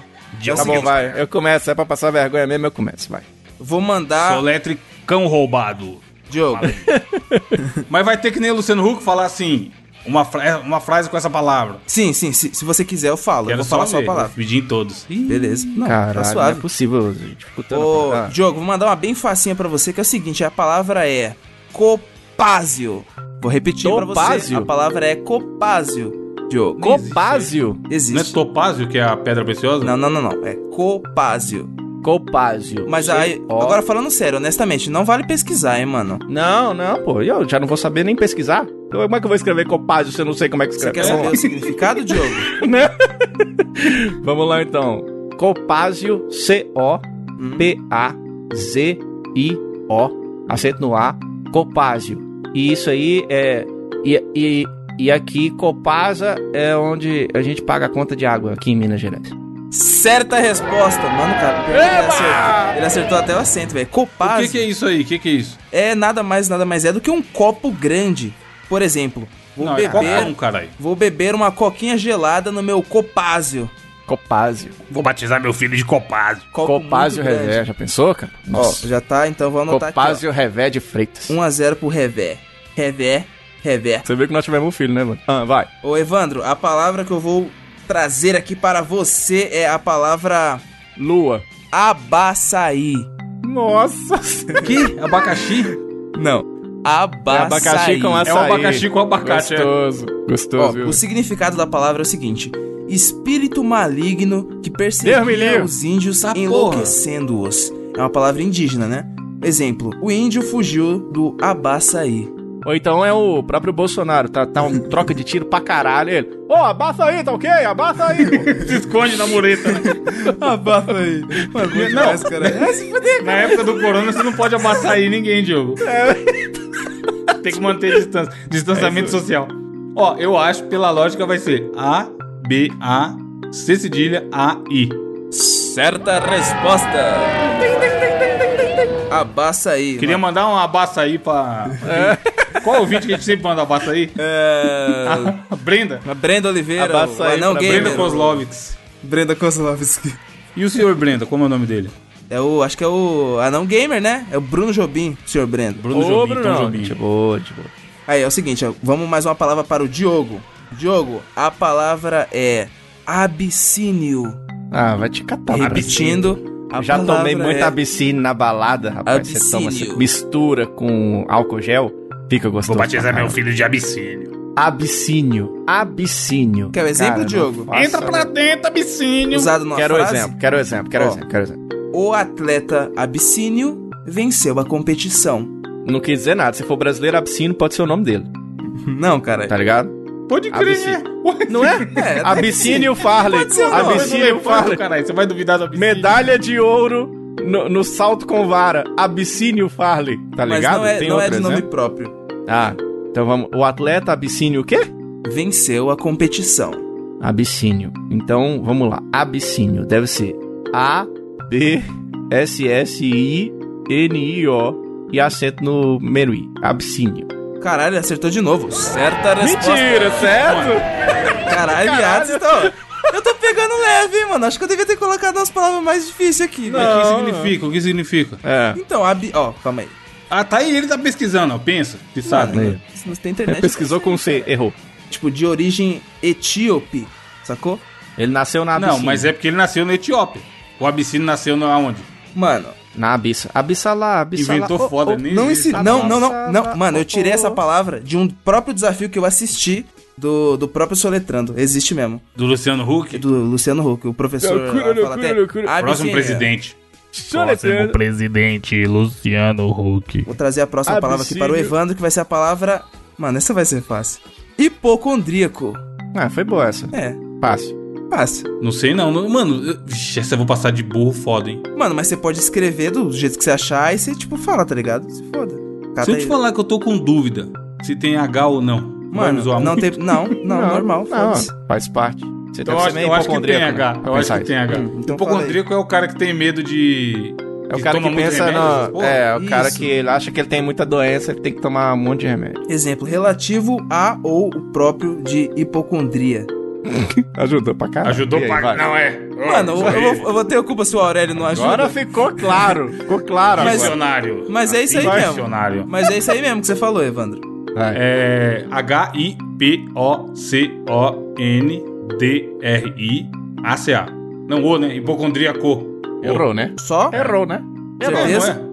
Speaker 4: Tá bom, vai. Eu começo. É pra passar vergonha mesmo, eu começo, vai.
Speaker 3: Vou mandar.
Speaker 2: Solete cão roubado.
Speaker 3: Diogo.
Speaker 2: Mas vai ter que nem o Luciano Huck falar assim, uma, fra- uma frase com essa palavra.
Speaker 3: Sim, sim, se, se você quiser eu falo.
Speaker 2: Quero
Speaker 3: eu vou falar
Speaker 2: só
Speaker 3: só a
Speaker 2: ver,
Speaker 3: palavra.
Speaker 2: vou pedir em todos.
Speaker 3: Beleza. Não,
Speaker 4: Caralho,
Speaker 3: tá
Speaker 4: não é
Speaker 3: suave.
Speaker 4: possível. Dificultando.
Speaker 3: Ô,
Speaker 4: Ah.
Speaker 3: Diogo, vou mandar uma bem facinha pra você, que é o seguinte, a palavra é copásio. Vou repetir pra você.
Speaker 4: Topázio?
Speaker 3: A palavra é copásio, Diogo.
Speaker 4: Copásio.
Speaker 3: Existe.
Speaker 2: Não é topázio que é a pedra preciosa?
Speaker 3: Não, não, não, não. É copásio.
Speaker 4: Copásio.
Speaker 3: Mas aí,
Speaker 4: Ó.
Speaker 3: agora falando sério, honestamente, não vale pesquisar, hein, mano.
Speaker 4: Não, não, pô. Eu já não vou saber nem pesquisar. Então, Como é que eu vou escrever copásio se eu não sei como é que
Speaker 3: Você
Speaker 4: escreve?
Speaker 3: quer saber o significado, Diogo?
Speaker 4: Vamos lá, então. Copásio, C-O-P-A-Z-I-O, acento no A, Copásio. E isso aí é... E, e, e aqui, Copasa é onde a gente paga a conta de água aqui em Minas Gerais.
Speaker 3: Certa resposta. Mano, cara, pior que ele acertou. Ele acertou até o acento, velho.
Speaker 2: O
Speaker 3: Copásio
Speaker 2: que, que é isso aí? O que, que é isso?
Speaker 3: é nada mais, nada mais é do que um copo grande. Por exemplo, vou
Speaker 2: não, é
Speaker 3: beber.
Speaker 2: copão, caralho.
Speaker 3: Vou beber uma coquinha gelada no meu copásio.
Speaker 4: Copásio.
Speaker 2: Vou batizar meu filho de copázio.
Speaker 3: Copo muito grande.
Speaker 4: já pensou, cara?
Speaker 3: Ó, já tá, então vou anotar aqui.
Speaker 4: Revé de Freitas.
Speaker 3: ó. 1 a 0 pro Revé. Revé, Revé.
Speaker 4: Hum. Você vê que nós tivemos um filho, né, mano? Ah, vai.
Speaker 3: Ô Evandro, a palavra que eu vou trazer aqui para você é a palavra
Speaker 4: Lua.
Speaker 3: abaçaí.
Speaker 4: É Nossa
Speaker 2: Que? Abacaxi?
Speaker 3: Não, abaçaí.
Speaker 4: Abacaxi com açaí.
Speaker 2: É um abacaxi com abacate. é.
Speaker 4: Gostoso. Gostoso,
Speaker 3: Ó, o significado da palavra é o seguinte: espírito maligno que
Speaker 4: Deus me
Speaker 3: perseguia
Speaker 4: livre.
Speaker 3: os índios
Speaker 2: Tá, porra.
Speaker 3: enlouquecendo-os. É uma palavra indígena, né? Exemplo: o índio fugiu do abaçaí.
Speaker 4: Ou então é o próprio Bolsonaro, tá, tá um troca de tiro pra caralho. Ele, ô, abafa aí, tá ok? Abafa aí. pô."
Speaker 2: Se esconde na mureta. né?
Speaker 3: Abafa aí.
Speaker 2: Não, na época do corona você não pode abaçar aí ninguém, Diogo. Tem que manter distância. Distanciamento social. Ó, eu acho, pela lógica, vai ser A, B, A, C cedilha, A, I.
Speaker 3: Certa resposta. Abaçaí.
Speaker 2: Queria
Speaker 3: mano.
Speaker 2: mandar um abaça aí pra. Qual é o vídeo que a gente sempre manda abaça aí?
Speaker 3: É...
Speaker 2: A Brenda.
Speaker 3: a Brenda Oliveira,
Speaker 4: Abaçaí
Speaker 3: o anão
Speaker 4: pra
Speaker 3: gamer.
Speaker 2: Brenda Kozlovitz.
Speaker 3: Brenda Kozlovski.
Speaker 2: E o senhor Brenda, como é o nome dele?
Speaker 3: É o, acho que é o anão gamer, né? É o Bruno Jobim, senhor Brenda.
Speaker 2: Bruno
Speaker 4: Ô, Tipo,
Speaker 2: Jobim, Tom
Speaker 4: Brunão,
Speaker 2: Jobim.
Speaker 4: de boa, de boa.
Speaker 3: Aí, é o seguinte, ó, vamos mais uma palavra para o Diogo. Diogo, a palavra é abissínio.
Speaker 4: Ah, vai te catar. cara.
Speaker 3: Repetindo, a
Speaker 4: Já
Speaker 3: palavra
Speaker 4: tomei muita
Speaker 3: é
Speaker 4: abicine na balada, rapaz. Você toma,
Speaker 3: Abicínio.
Speaker 4: você mistura com álcool gel, fica gostoso. pra caralho.
Speaker 2: filho de abicínio.
Speaker 4: Abicínio. Abicínio.
Speaker 3: Quer um exemplo,
Speaker 4: não
Speaker 3: Diogo?
Speaker 4: faça,
Speaker 2: Entra pra dentro, abicínio.
Speaker 3: usado numa
Speaker 4: Quero o
Speaker 3: frase.
Speaker 4: exemplo, quero o exemplo, quero o
Speaker 3: Ó.
Speaker 4: exemplo, quero o exemplo.
Speaker 3: O atleta abissínio venceu a competição.
Speaker 4: Não quis dizer nada. Se for brasileiro, abicínio pode ser o nome dele,
Speaker 3: Não, cara.
Speaker 4: Hum. tá ligado?
Speaker 2: Pode crer,
Speaker 4: Abissi-
Speaker 2: é. Ué,
Speaker 3: Não é? É, é
Speaker 4: Abissínio Farley.
Speaker 3: Pode ser, não.
Speaker 2: Você não
Speaker 4: Abissínio
Speaker 2: levanta,
Speaker 4: Farley.
Speaker 2: caralho. Você vai duvidar do Abissínio.
Speaker 4: Medalha de ouro no, no salto com vara. Abissínio Farley. Tá
Speaker 3: Mas
Speaker 4: ligado?
Speaker 3: não é, não é de nome
Speaker 4: né?
Speaker 3: próprio.
Speaker 4: Ah, então vamos. O atleta Abissínio o quê?
Speaker 3: Venceu a competição.
Speaker 4: Abissínio. Então, vamos lá. Abissínio. Deve ser A, B, S, S, I, N, I, O e acento no primeiro I. Abissínio.
Speaker 3: Caralho, acertou de novo. Certa resposta.
Speaker 4: Mentira, certo?
Speaker 3: Caralho, viado, vocês tão- Eu tô pegando leve, hein, mano. Acho que eu devia ter colocado umas palavras mais difíceis aqui.
Speaker 2: Mas o que significa? O que significa?
Speaker 4: É.
Speaker 3: Então, abi... Ó, calma aí.
Speaker 2: Ah, tá aí, ele tá pesquisando, ó. Pensa, que sabe.
Speaker 3: Mano, Se não tem internet, né?
Speaker 4: Pesquisou com C, errou.
Speaker 3: tipo, de origem etíope, sacou?
Speaker 4: Ele nasceu na Abissínia.
Speaker 2: Não, mas é porque ele nasceu na Etiópia. O Abissínio nasceu na onde?
Speaker 3: Mano,
Speaker 4: Na Abissa. Abissalá, Abissalá.
Speaker 2: Inventou
Speaker 4: Oh,
Speaker 2: foda, né?
Speaker 4: oh,
Speaker 2: nem
Speaker 3: não
Speaker 2: existe.
Speaker 3: ensi... Não, não, não, não. Mano, eu tirei essa palavra de um próprio desafio que eu assisti do, do próprio Soletrando. Existe mesmo.
Speaker 2: Do Luciano Huck?
Speaker 3: Do Luciano Huck, o professor. lá
Speaker 4: Loucura,
Speaker 3: fala
Speaker 4: loucura,
Speaker 3: até,
Speaker 4: loucura.
Speaker 3: "Abissínia".
Speaker 2: Próximo presidente.
Speaker 4: Soletrando.
Speaker 8: presidente Luciano Huck.
Speaker 3: Vou trazer a próxima palavra aqui para o
Speaker 4: Abissínio.
Speaker 3: Evandro, que vai ser a palavra. Mano, essa vai ser fácil. Hipocondríaco.
Speaker 4: Ah, foi boa essa.
Speaker 3: É,
Speaker 4: Fácil.
Speaker 3: fácil.
Speaker 2: Não sei não. não- Mano, eu- Vixe, essa eu vou passar de burro foda, hein?
Speaker 3: Mano, mas você pode escrever do jeito que você achar e você, tipo, fala, tá ligado? Se foda. Cata
Speaker 2: Se eu te
Speaker 3: Tá aí.
Speaker 2: falar que eu tô com dúvida se tem H ou não, vai me
Speaker 3: Mano,
Speaker 2: zoar
Speaker 3: não
Speaker 2: muito? Então,
Speaker 3: tem. Não, não, normal.
Speaker 4: Não,
Speaker 3: foda-se.
Speaker 4: faz parte. Você
Speaker 2: Eu
Speaker 4: deve ser
Speaker 2: acho,
Speaker 4: meio
Speaker 2: eu acho que tem
Speaker 4: hipocondríaco, né?
Speaker 2: H. Eu acho
Speaker 4: Pensar
Speaker 2: que
Speaker 4: isso.
Speaker 2: tem H.
Speaker 3: Hum, então
Speaker 2: o hipocondríaco é o cara que tem medo de.
Speaker 4: É o cara
Speaker 2: toma
Speaker 4: que
Speaker 2: muito
Speaker 4: pensa
Speaker 2: remédio, essas
Speaker 4: na.
Speaker 2: porra.
Speaker 4: É, o cara
Speaker 3: Isso.
Speaker 4: que ele acha que ele tem muita doença, ele tem que tomar um monte de remédio.
Speaker 3: Exemplo, relativo a ou o próprio de hipocondria.
Speaker 4: Ajudou pra caralho.
Speaker 2: Ajudou
Speaker 4: E aí,
Speaker 2: pra.
Speaker 4: vai.
Speaker 2: Não é.
Speaker 3: Mano, eu, eu vou, eu vou ter culpa se o Aurélio não ajuda.
Speaker 4: Agora ficou claro. Ficou claro
Speaker 3: Mas-
Speaker 4: agora.
Speaker 2: Dicionário.
Speaker 3: Mas é isso aí
Speaker 2: Assim,
Speaker 3: mesmo.
Speaker 2: Dicionário.
Speaker 3: Mas é isso aí mesmo que você falou, Evandro.
Speaker 4: Vai.
Speaker 2: É H-I-P-O-C-O-N-D-R-I-A-C-A. Não, o, né? Hipocondríaco.
Speaker 4: Errou, né?
Speaker 3: Só?
Speaker 4: Errou, né?
Speaker 2: é?
Speaker 3: Certeza?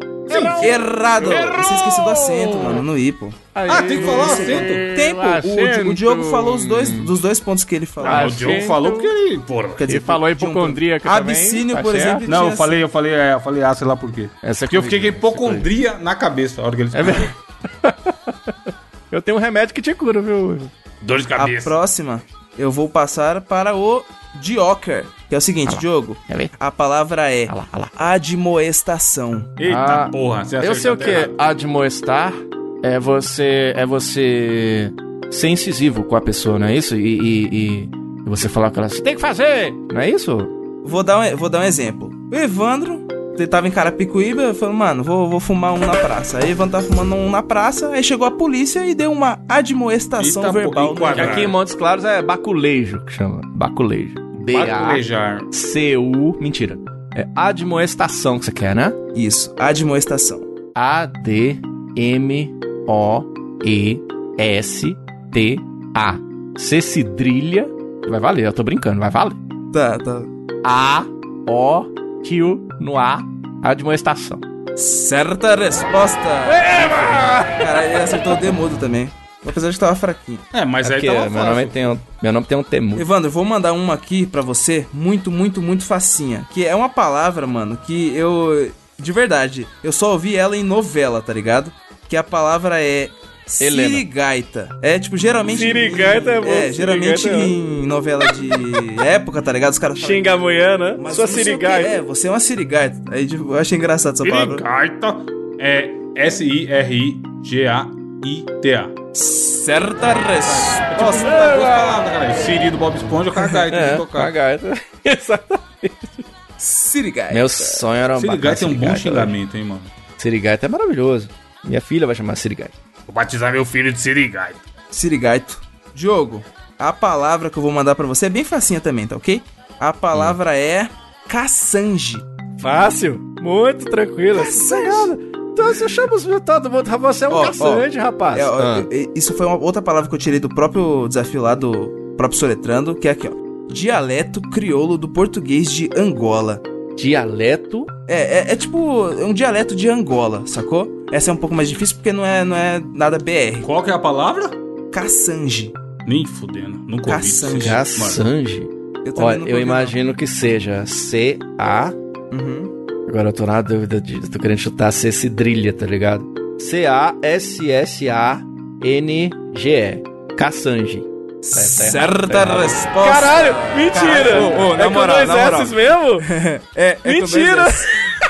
Speaker 3: Errado! Você esqueceu do acento, mano, no hipo.
Speaker 2: Ah, tem que falar o acento.
Speaker 3: é Tempo! O, o Diogo falou os dois, dos dois pontos que ele falou.
Speaker 2: Ah, o
Speaker 4: Acento.
Speaker 2: Diogo falou porque ele. Porra.
Speaker 3: Quer
Speaker 4: Ele falou
Speaker 3: de um-
Speaker 4: hipocondríaco também.
Speaker 3: Abissínio,
Speaker 4: Tá
Speaker 3: por
Speaker 4: certo.
Speaker 3: exemplo.
Speaker 2: Não,
Speaker 3: tinha
Speaker 2: eu falei, eu falei, é, eu falei, ah, sei lá por quê.
Speaker 4: Essa
Speaker 2: Porque eu fiquei com
Speaker 4: comigo,
Speaker 2: hipocondria na cabeça a hora que ele
Speaker 4: É
Speaker 2: falou.
Speaker 4: verdade. Eu tenho um remédio que te cura, viu?
Speaker 2: Dor de
Speaker 3: A
Speaker 2: cabeça.
Speaker 3: próxima eu vou passar para o Dioker, que é o seguinte, Diogo. A palavra é admoestação.
Speaker 2: Eita
Speaker 4: Ah,
Speaker 2: porra, você
Speaker 4: Eu
Speaker 2: acertou
Speaker 4: sei o
Speaker 2: até
Speaker 4: que é
Speaker 2: errado.
Speaker 4: admoestar é você é você ser incisivo com a pessoa, não é isso? E, e- e- e você falar com ela, você tem que fazer, não é isso?
Speaker 3: Vou dar um, vou dar um exemplo. O Evandro, ele tava em Carapicuíba, falou, mano, vou, vou fumar um na praça. Aí o Evandro tava fumando um na praça, aí chegou a polícia e deu uma admoestação
Speaker 2: Eita, pô,
Speaker 3: verbal. no
Speaker 2: enquadra.
Speaker 3: Evandro.
Speaker 4: Aqui em Montes Claros é baculejo que chama, baculejo. B A
Speaker 2: Baculejar.
Speaker 4: C U, mentira. É admoestação que você quer, né?
Speaker 3: Isso, admoestação.
Speaker 4: A D M O E S T A. C cidrilha. Vai valer, eu tô brincando, vai valer.
Speaker 3: Tá, tá.
Speaker 4: A, O, Q, no A, admoestação.
Speaker 3: Certa resposta. Cara, ele acertou o demudo também. Apesar de que tava fraquinho.
Speaker 2: É, mas aí
Speaker 4: Porque
Speaker 2: tava
Speaker 4: meu
Speaker 2: fácil.
Speaker 4: nome, tem um, meu nome tem um temu.
Speaker 3: Evandro, vou mandar uma aqui pra você, muito, muito, muito facinha. Que é uma palavra, mano, que eu. De verdade, eu só ouvi ela em novela, tá ligado? Que a palavra é.
Speaker 4: Helena.
Speaker 3: Sirigaita. É, tipo, geralmente.
Speaker 4: Sirigaita é bom,
Speaker 3: É, geralmente
Speaker 4: sirigaita é
Speaker 3: em novela de época, tá ligado? Os caras falam.
Speaker 4: a mulher, né?
Speaker 3: "Mas você não sei o quê." É, você é uma sirigaita. Aí tipo, eu achei engraçado essa palavra.
Speaker 2: Sirigaita é S-I-R-I-G-A-I-T-A.
Speaker 3: Certa
Speaker 4: Tipo,
Speaker 2: Nossa,
Speaker 3: resposta.
Speaker 2: tá duas palavras, caralho. Siri do Bob Esponja, cagaita
Speaker 4: É,
Speaker 2: de tocar.
Speaker 4: gaita. Exato.
Speaker 3: Sirigaita.
Speaker 4: Meu sonho era uma
Speaker 2: Sirigaita é um bom xingamento, hein, mano.
Speaker 4: Sirigaita é maravilhoso. Minha filha vai chamar Sirigaita.
Speaker 2: Vou batizar meu filho de Sirigaita.
Speaker 3: Sirigaito. Diogo, a palavra que eu vou mandar pra você é bem facinha também, tá ok? A palavra é Cassange.
Speaker 4: Fácil. Muito tranquilo. Então se eu chamo os meus todo mundo, você é
Speaker 3: um Ó, ó. caçante,
Speaker 4: rapaz. Ah.
Speaker 3: É, ó, e- Isso foi uma outra palavra que eu tirei do próprio desafio lá do próprio Soletrando, que é aqui, ó. Dialeto crioulo do português de Angola.
Speaker 4: Dialeto.
Speaker 3: É, é, é tipo é um dialeto de Angola, sacou? Essa é um pouco mais difícil porque não é, não é nada BR.
Speaker 2: Qual que é a palavra?
Speaker 3: Cassange.
Speaker 2: Nem fudendo. Nunca ouvi.
Speaker 3: Caçange.
Speaker 2: disso. Mano,
Speaker 4: Cassange.
Speaker 3: Eu também
Speaker 4: Olha,
Speaker 3: nunca
Speaker 4: eu
Speaker 3: ouvi, não.
Speaker 4: imagino que seja C-A.
Speaker 3: Uhum.
Speaker 4: Agora eu tô na dúvida de. eu Tô querendo chutar C cidrilha, tá ligado? C-A-S-S-A-N-G-E. Cassange.
Speaker 3: Certa resposta.
Speaker 4: Caralho, mentira!
Speaker 5: ô, ô, na
Speaker 4: é
Speaker 5: moral,
Speaker 4: com dois
Speaker 5: na moral.
Speaker 4: S's mesmo?
Speaker 5: É, é
Speaker 4: Mentira!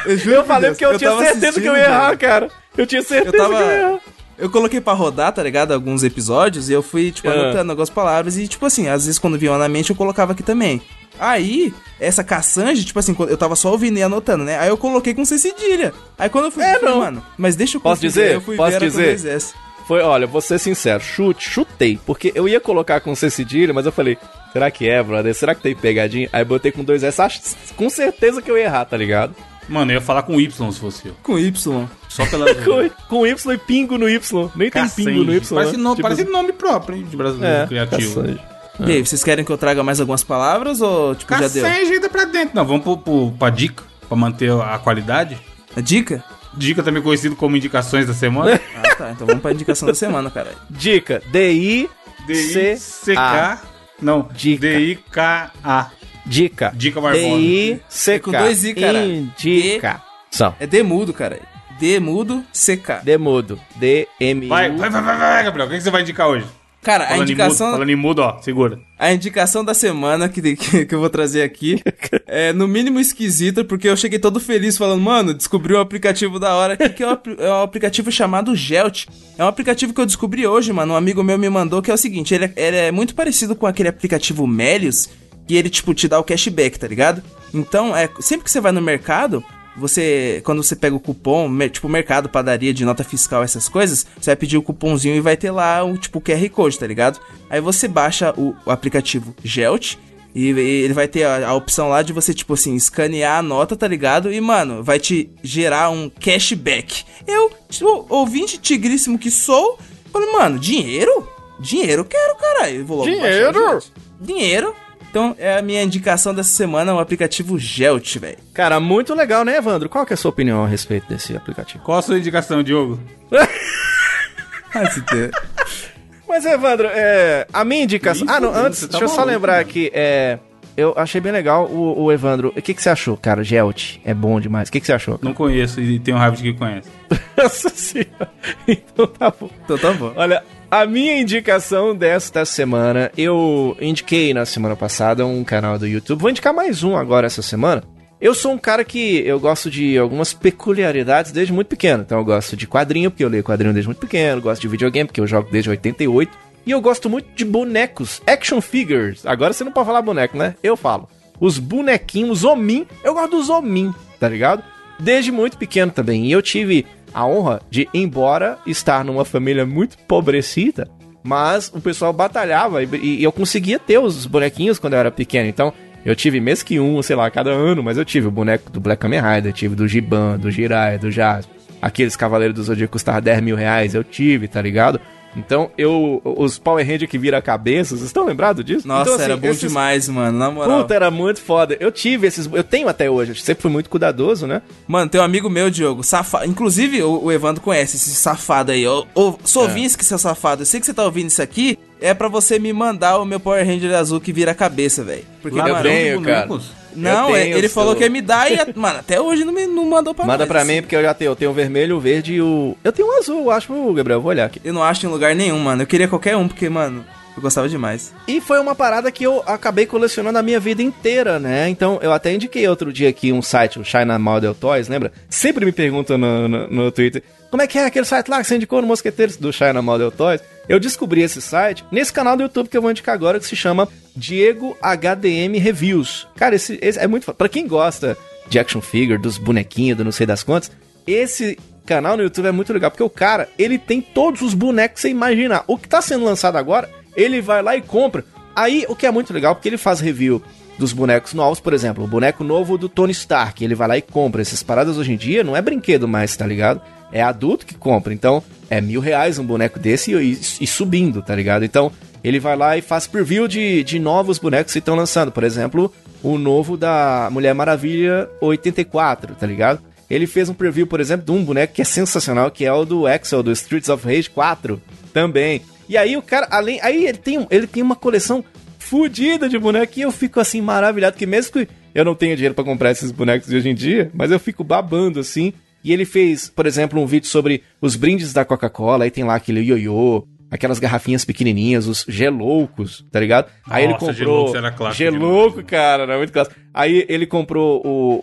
Speaker 5: Eu,
Speaker 4: Eu falei porque eu, tinha certeza que eu ia errar, cara. Eu tinha certeza
Speaker 3: Eu tava.
Speaker 4: que eu ia errar.
Speaker 3: Eu coloquei pra rodar, tá ligado? Alguns episódios e eu fui, tipo,
Speaker 4: Ah.
Speaker 3: anotando algumas palavras e, tipo assim, às vezes quando vinha na mente eu colocava aqui também. Aí, essa caçange, tipo assim, quando- eu tava só ouvindo e anotando, né? Aí eu coloquei com C cedilha. Aí quando eu fui,
Speaker 4: É,
Speaker 3: eu falei,
Speaker 4: não.
Speaker 3: mano, mas deixa eu
Speaker 4: Posso
Speaker 3: conferir.
Speaker 4: dizer?
Speaker 3: Aí Eu fui
Speaker 4: Posso
Speaker 3: ver, era com
Speaker 4: dizer?
Speaker 3: dois S.
Speaker 4: Foi, olha, vou ser sincero, chute, chutei. Porque eu ia colocar com C cedilha, mas eu falei, será que é, brother? Será que tem pegadinha? Aí botei com dois S, ach- com certeza que eu ia errar, tá ligado?
Speaker 2: Mano, eu ia falar com Y se fosse eu.
Speaker 3: Com Y.
Speaker 2: Só pela.
Speaker 4: Com, com Y e pingo no Y. Nem tem
Speaker 2: Caçange.
Speaker 4: pingo no Y.
Speaker 2: Parece,
Speaker 4: né?
Speaker 2: no-
Speaker 4: Tipo
Speaker 2: parece
Speaker 4: assim.
Speaker 2: nome próprio, hein, de brasileiro
Speaker 4: É,
Speaker 2: criativo.
Speaker 4: caçange.
Speaker 3: E
Speaker 4: Ah.
Speaker 3: aí, vocês querem que eu traga mais algumas palavras ou, tipo, já deu?
Speaker 2: Caçange ainda é pra dentro. Não, vamos pro, pro, pra dica, pra manter a qualidade.
Speaker 3: A dica?
Speaker 2: Dica também conhecido como indicações da semana.
Speaker 3: Ah, tá. Então vamos pra indicação da semana, cara.
Speaker 4: Dica, D-I-C-K.
Speaker 2: D-I-C-K. Não,
Speaker 4: Dica.
Speaker 2: D-I-K-A.
Speaker 4: Dica.
Speaker 2: Dica barbona.
Speaker 4: D-I-C-K.
Speaker 3: É com dois I, cara.
Speaker 4: Indica. São.
Speaker 3: É demudo, cara. Demudo, CK.
Speaker 4: Demudo. D-M-U.
Speaker 2: Vai, vai, vai, vai, vai, Gabriel. O que que você vai indicar hoje?
Speaker 3: Cara, a
Speaker 2: Falando em mudo,
Speaker 3: indicação,
Speaker 2: falando em mudo, ó, segura.
Speaker 3: a indicação da semana que, que, que eu vou trazer aqui é no mínimo esquisita, porque eu cheguei todo feliz falando, mano, descobri um aplicativo da hora aqui, que é um, apli- é um aplicativo chamado Gelt. É um aplicativo que eu descobri hoje, mano. Um amigo meu me mandou, que é o seguinte, ele, é- ele é muito parecido com aquele aplicativo Melius, que ele, tipo, te dá o cashback, tá ligado? Então, é, sempre que você vai no mercado, você, quando você pega o cupom, mer- tipo mercado, padaria de nota fiscal, essas coisas, você vai pedir o cupomzinho e vai ter lá o tipo QR Code, tá ligado? Aí você baixa o, o aplicativo Gelt e, e ele vai ter a, a opção lá de você, tipo assim, escanear a nota, tá ligado? E, mano, vai te gerar um cashback. Eu, tipo, ouvinte tigríssimo que sou, falei, mano, dinheiro? Dinheiro eu quero, caralho. Eu Vou logo baixar o
Speaker 4: Dinheiro?
Speaker 3: Gelt. Dinheiro? Então, é a minha indicação dessa semana, o aplicativo Gelt, velho.
Speaker 4: Cara, muito legal, né, Evandro? Qual que é a sua opinião a respeito desse aplicativo?
Speaker 2: Qual a sua indicação, Diogo?
Speaker 3: Vai se ter.
Speaker 4: Mas, Evandro, é, a minha indicação...
Speaker 2: Isso,
Speaker 4: ah, não,
Speaker 2: Deus,
Speaker 4: antes,
Speaker 2: você tá
Speaker 4: deixa eu só
Speaker 2: maluco,
Speaker 4: lembrar
Speaker 2: mano.
Speaker 4: aqui, é... Eu achei bem legal o, o Evandro. O que, que você achou, cara? Gelt é bom demais. O que, que você achou?
Speaker 2: Não conheço e tenho raiva de quem conhece.
Speaker 4: Nossa senhora. Então tá bom.
Speaker 3: Então tá bom.
Speaker 4: Olha, a minha indicação desta semana, eu indiquei na semana passada um canal do YouTube. Vou indicar mais um agora essa semana. Eu sou um cara que eu gosto de algumas peculiaridades desde muito pequeno. Então eu gosto de quadrinho, porque eu leio quadrinho desde muito pequeno, gosto de videogame, porque eu jogo desde 88, e eu gosto muito de bonecos, action figures. Agora você não pode falar boneco, né? Eu falo. Os bonequinhos, os homin, eu gosto dos homin, tá ligado? desde muito pequeno também. E eu tive a honra de, embora estar numa família muito pobrecida, mas o pessoal batalhava e, e eu conseguia ter os bonequinhos quando eu era pequeno. Então, eu tive mês que um, sei lá, a cada ano, mas eu tive o boneco do Black Kamen Rider, tive do Giban, do Jiraiya, do Jasper. Aqueles Cavaleiros do Zodíaco custavam 10 mil reais, eu tive, tá ligado? Então, eu... Os Power Ranger que vira cabeças, vocês estão lembrados disso?
Speaker 3: Nossa,
Speaker 4: então, assim,
Speaker 3: era bom
Speaker 4: esses-
Speaker 3: demais, mano. Na moral.
Speaker 4: Puta, era muito foda. Eu tive esses... Eu tenho até hoje, eu sempre fui muito cuidadoso, né?
Speaker 3: Mano, tem um amigo meu, Diogo, safado. Inclusive, o, o Evandro conhece esse safado aí. Ô, ô
Speaker 4: É.
Speaker 3: Sovinski, seu safado, eu sei que você tá ouvindo isso aqui. É pra você me mandar o meu Power Ranger azul que vira a cabeça, velho. Porque,
Speaker 4: Eu
Speaker 3: mano,
Speaker 4: tenho, cara.
Speaker 3: não,
Speaker 4: Eu
Speaker 3: é-
Speaker 4: tenho,
Speaker 3: ele
Speaker 4: seu-
Speaker 3: falou que ia me dar e, a- mano, até hoje não, me, não mandou pra
Speaker 4: Manda
Speaker 3: nós,
Speaker 4: pra
Speaker 3: assim.
Speaker 4: mim, porque eu já tenho. Eu tenho o vermelho, o verde e o. Eu tenho o azul, eu acho, o Gabriel. eu Vou olhar aqui.
Speaker 3: Eu não acho em lugar nenhum, mano. Eu queria qualquer um, porque, mano, eu gostava demais.
Speaker 4: E foi uma parada que eu acabei colecionando a minha vida inteira, né? Então, eu até indiquei outro dia aqui um site, o China Model Toys, lembra? Sempre me perguntam no, no, no Twitter, como é que é aquele site lá que você indicou no Mosqueteiros do China Model Toys? Eu descobri esse site nesse canal do YouTube que eu vou indicar agora, que se chama Diego HDM Reviews. Cara, esse, esse é muito... fo- Pra quem gosta de action figure, dos bonequinhos, do não sei das quantas, esse canal no YouTube é muito legal, porque o cara, ele tem todos os bonecos que você imaginar. O que tá sendo lançado agora, ele vai lá e compra. Aí, o que é muito legal, porque ele faz review dos bonecos novos, por exemplo, o boneco novo do Tony Stark, ele vai lá e compra. Essas paradas hoje em dia não é brinquedo mais, tá ligado? É adulto que compra, então é mil reais um boneco desse e, e- e subindo, tá ligado? Então, ele vai lá e faz preview de, de novos bonecos que estão lançando. Por exemplo, o novo da Mulher Maravilha 84, tá ligado? Ele fez um preview, por exemplo, de um boneco que é sensacional, que é o do Axel, do Streets of Rage 4, também. E aí o cara, além. Aí ele tem, um- ele tem uma coleção fodida de boneco e eu fico assim maravilhado, que mesmo que eu não tenha dinheiro pra comprar esses bonecos de hoje em dia, mas eu fico babando assim. E ele fez, por exemplo, um vídeo sobre os brindes da Coca-Cola, aí tem lá aquele ioiô, aquelas garrafinhas pequenininhas, os geloucos, tá ligado? Aí ele
Speaker 2: Nossa,
Speaker 4: comprou.
Speaker 2: geloucos era clássico,
Speaker 4: Gelouco, cara, era muito clássico. Aí ele comprou o,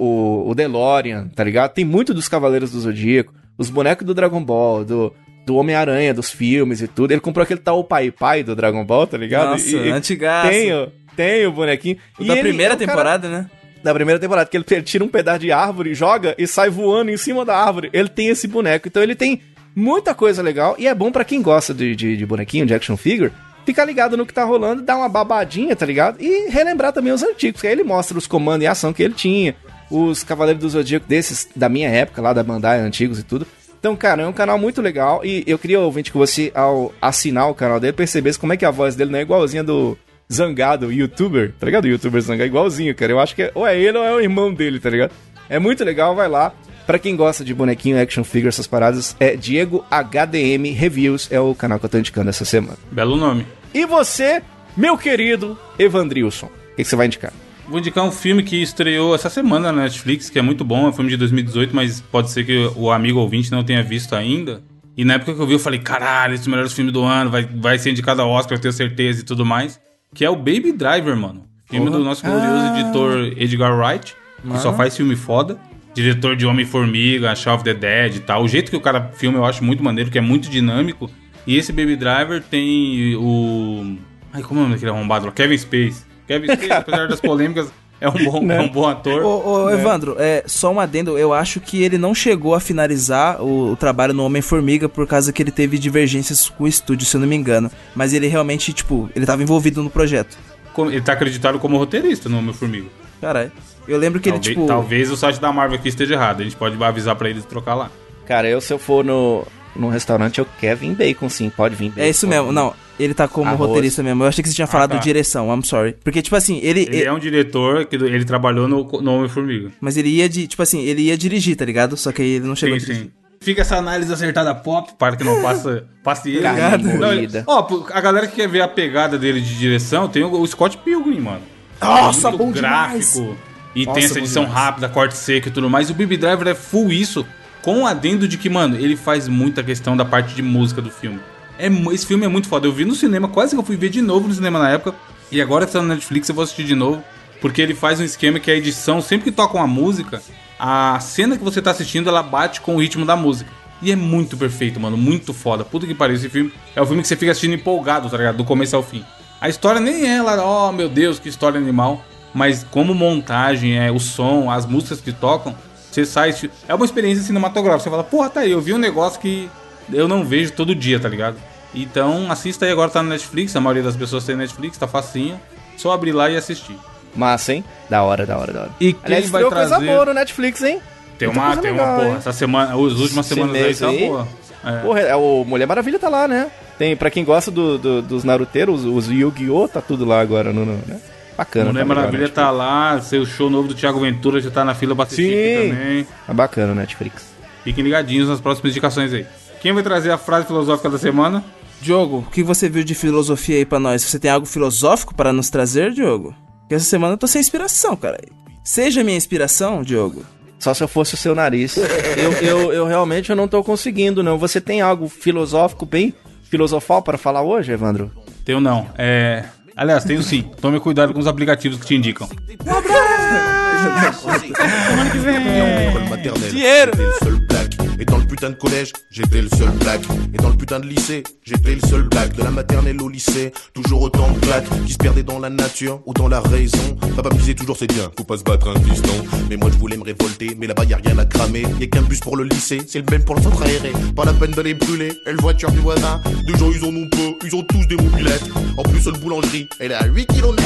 Speaker 4: o, o DeLorean, tá ligado? Tem muito dos Cavaleiros do Zodíaco, os bonecos do Dragon Ball, do, do Homem-Aranha, dos filmes e tudo. Ele comprou aquele tal Pai Pai do Dragon Ball, tá ligado?
Speaker 3: Nossa,
Speaker 4: e, e
Speaker 3: antigaço.
Speaker 4: tem, o- tem o bonequinho.
Speaker 3: O
Speaker 4: E
Speaker 3: da
Speaker 4: ele- é
Speaker 3: primeira
Speaker 4: o cara-
Speaker 3: temporada, né?
Speaker 4: da primeira temporada, que ele te- tira um pedaço de árvore, joga e sai voando em cima da árvore. Ele tem esse boneco. Então ele tem muita coisa legal e é bom pra quem gosta de, de, de bonequinho, de action figure, ficar ligado no que tá rolando, dar uma babadinha, tá ligado? E relembrar também os antigos, que aí ele mostra os comandos e ação que ele tinha, os Cavaleiros do Zodíaco desses, da minha época, lá da Bandai, antigos e tudo. Então, cara, é um canal muito legal e eu queria, ouvinte, que você, ao assinar o canal dele, percebesse como é que a voz dele não é igualzinha do, zangado, youtuber, tá ligado? O youtuber zangado igualzinho, cara. Eu acho que é, ou é ele ou é o irmão dele, tá ligado? É muito legal, vai lá. Pra quem gosta de bonequinho, action figure, essas paradas, é Diego HDM Reviews, é o canal que eu tô indicando essa semana.
Speaker 2: Belo nome.
Speaker 4: E você, meu querido Evandrilson, o que, que você vai indicar?
Speaker 2: Vou indicar um filme que estreou essa semana na Netflix, que é muito bom, é um filme de 2018, mas pode ser que o amigo ouvinte não tenha visto ainda. E na época que eu vi, eu falei, caralho, esse é o melhor filme do ano, vai, vai ser indicado ao Oscar, eu tenho certeza e tudo mais. Que é o Baby Driver, mano. Filme do nosso glorioso editor Edgar Wright, que só faz filme foda. Diretor de Homem-Formiga, Shaun of the Dead e tal. O jeito que o cara filma eu acho muito maneiro, que é muito dinâmico. E esse Baby Driver tem o... Ai, como é o nome daquele arrombado? lá? Kevin Space. Kevin Space, apesar das polêmicas, é um bom, é um bom ator.
Speaker 3: Ô, ô, Evandro, é, só um adendo. Eu acho que ele não chegou a finalizar o, o trabalho no Homem-Formiga por causa que ele teve divergências com o estúdio, se eu não me engano. Mas ele realmente, tipo, ele tava envolvido no projeto.
Speaker 2: Como- Ele tá acreditado como roteirista no Homem-Formiga.
Speaker 3: Caralho. Eu lembro que
Speaker 2: Talvez,
Speaker 3: ele, tipo...
Speaker 2: talvez o site da Marvel aqui esteja errado. A gente pode avisar pra eles trocar lá.
Speaker 4: Cara, eu se eu for no, num restaurante, eu quero vir bacon sim, pode vir bacon.
Speaker 3: É isso mesmo, não. Ele tá como
Speaker 4: Arroz.
Speaker 3: roteirista mesmo. Eu achei que você tinha falado
Speaker 2: tá.
Speaker 3: direção, I'm sorry. Porque, tipo assim, ele.
Speaker 2: Ele
Speaker 3: ele-
Speaker 2: é um diretor que do- ele trabalhou no, no Homem-Formiga.
Speaker 3: Mas ele ia de. Tipo assim, ele ia dirigir, tá ligado? Só que aí ele não chegou
Speaker 2: Sim,
Speaker 3: a dirigir.
Speaker 2: sim. Fica essa análise acertada pop, para que não passa, passe ele.
Speaker 4: Carne
Speaker 2: Não, ele-
Speaker 4: moída.
Speaker 2: Ó, pô, a galera que quer ver a pegada dele de direção, tem o, o Scott Pilgrim, mano.
Speaker 3: Nossa,
Speaker 2: Muito
Speaker 3: bom demais!
Speaker 2: E
Speaker 3: Nossa,
Speaker 2: tem essa
Speaker 3: bom
Speaker 2: edição
Speaker 3: demais.
Speaker 2: rápida, corte seco e tudo mais. E o Baby Driver é full isso, com o adendo de que, mano, ele faz muita questão da parte de música do filme. É, mu- esse filme é muito foda. Eu vi no cinema, quase que eu fui ver de novo no cinema na época. E agora que tá na Netflix, eu vou assistir de novo. Porque ele faz um esquema que a edição, sempre que toca uma música, a cena que você tá assistindo, ela bate com o ritmo da música. E é muito perfeito, mano. Muito foda. Puta que pariu, esse filme. É o filme que você fica assistindo empolgado, tá ligado? Do começo ao fim. A história nem é lá, oh meu Deus, que história animal. Mas como montagem, é o som, as músicas que tocam, você sai. tipo, É uma experiência cinematográfica. Você fala, porra, tá aí, eu vi um negócio que eu não vejo todo dia, tá ligado? Então assista aí agora, tá no Netflix. A maioria das pessoas tem Netflix, tá facinho. Só abrir lá e assistir.
Speaker 4: Massa, hein? Da hora, da hora, da hora.
Speaker 2: E quem
Speaker 4: Aliás,
Speaker 2: vai
Speaker 4: estreou coisa
Speaker 2: trazer-
Speaker 4: boa no Netflix, hein?
Speaker 2: Tem
Speaker 4: Muita
Speaker 2: uma,
Speaker 4: coisa
Speaker 2: tem
Speaker 4: legal,
Speaker 2: uma porra.
Speaker 4: hein?
Speaker 2: Essa semana, as últimas
Speaker 4: Esse
Speaker 2: semanas aí
Speaker 4: mês
Speaker 2: tá
Speaker 4: aí?
Speaker 2: boa. É.
Speaker 4: Porra, é o Mulher Maravilha tá lá, né? Tem, pra quem gosta do, do- dos naruteiros, os Yu-Gi-Oh! tá tudo lá agora, no, no- né? Bacana.
Speaker 2: Mulher
Speaker 4: tá legal,
Speaker 2: Maravilha
Speaker 4: Netflix.
Speaker 2: tá lá, seu show novo do Thiago Ventura já tá na fila pra assistir aqui
Speaker 4: Sim.
Speaker 2: também.
Speaker 4: Tá bacana o Netflix.
Speaker 2: Fiquem ligadinhos nas próximas indicações aí. Quem vai trazer a frase filosófica da semana?
Speaker 3: Diogo, o que você viu de filosofia aí pra nós? Você tem algo filosófico para nos trazer, Diogo? Porque essa semana eu tô sem inspiração, cara. Seja minha inspiração, Diogo.
Speaker 4: Só se eu fosse o seu nariz. eu, eu, eu realmente eu não tô conseguindo, não. Você tem algo filosófico bem filosofal para falar hoje, Evandro?
Speaker 2: Tenho não. É. Aliás, tenho sim. Tome cuidado com os aplicativos que te indicam.
Speaker 3: Dinheiro!
Speaker 9: J'étais le seul black. Et dans le putain de collège, j'étais le seul black. Et dans le putain de lycée, j'étais le seul black. De la maternelle au lycée, toujours autant de black qui se perdaient dans la nature ou dans la raison. Papa me disait toujours c'est bien, faut pas se battre un piston. Mais moi je voulais me révolter, mais là-bas y a rien à cramer. Y a qu'un bus pour le lycée, c'est le même pour le centre aéré. Pas la peine d'aller brûler, et le voiture du voisin. Des gens ils en ont peu, ils ont tous des mobilettes. En plus, le boulangerie, elle est à 8 km.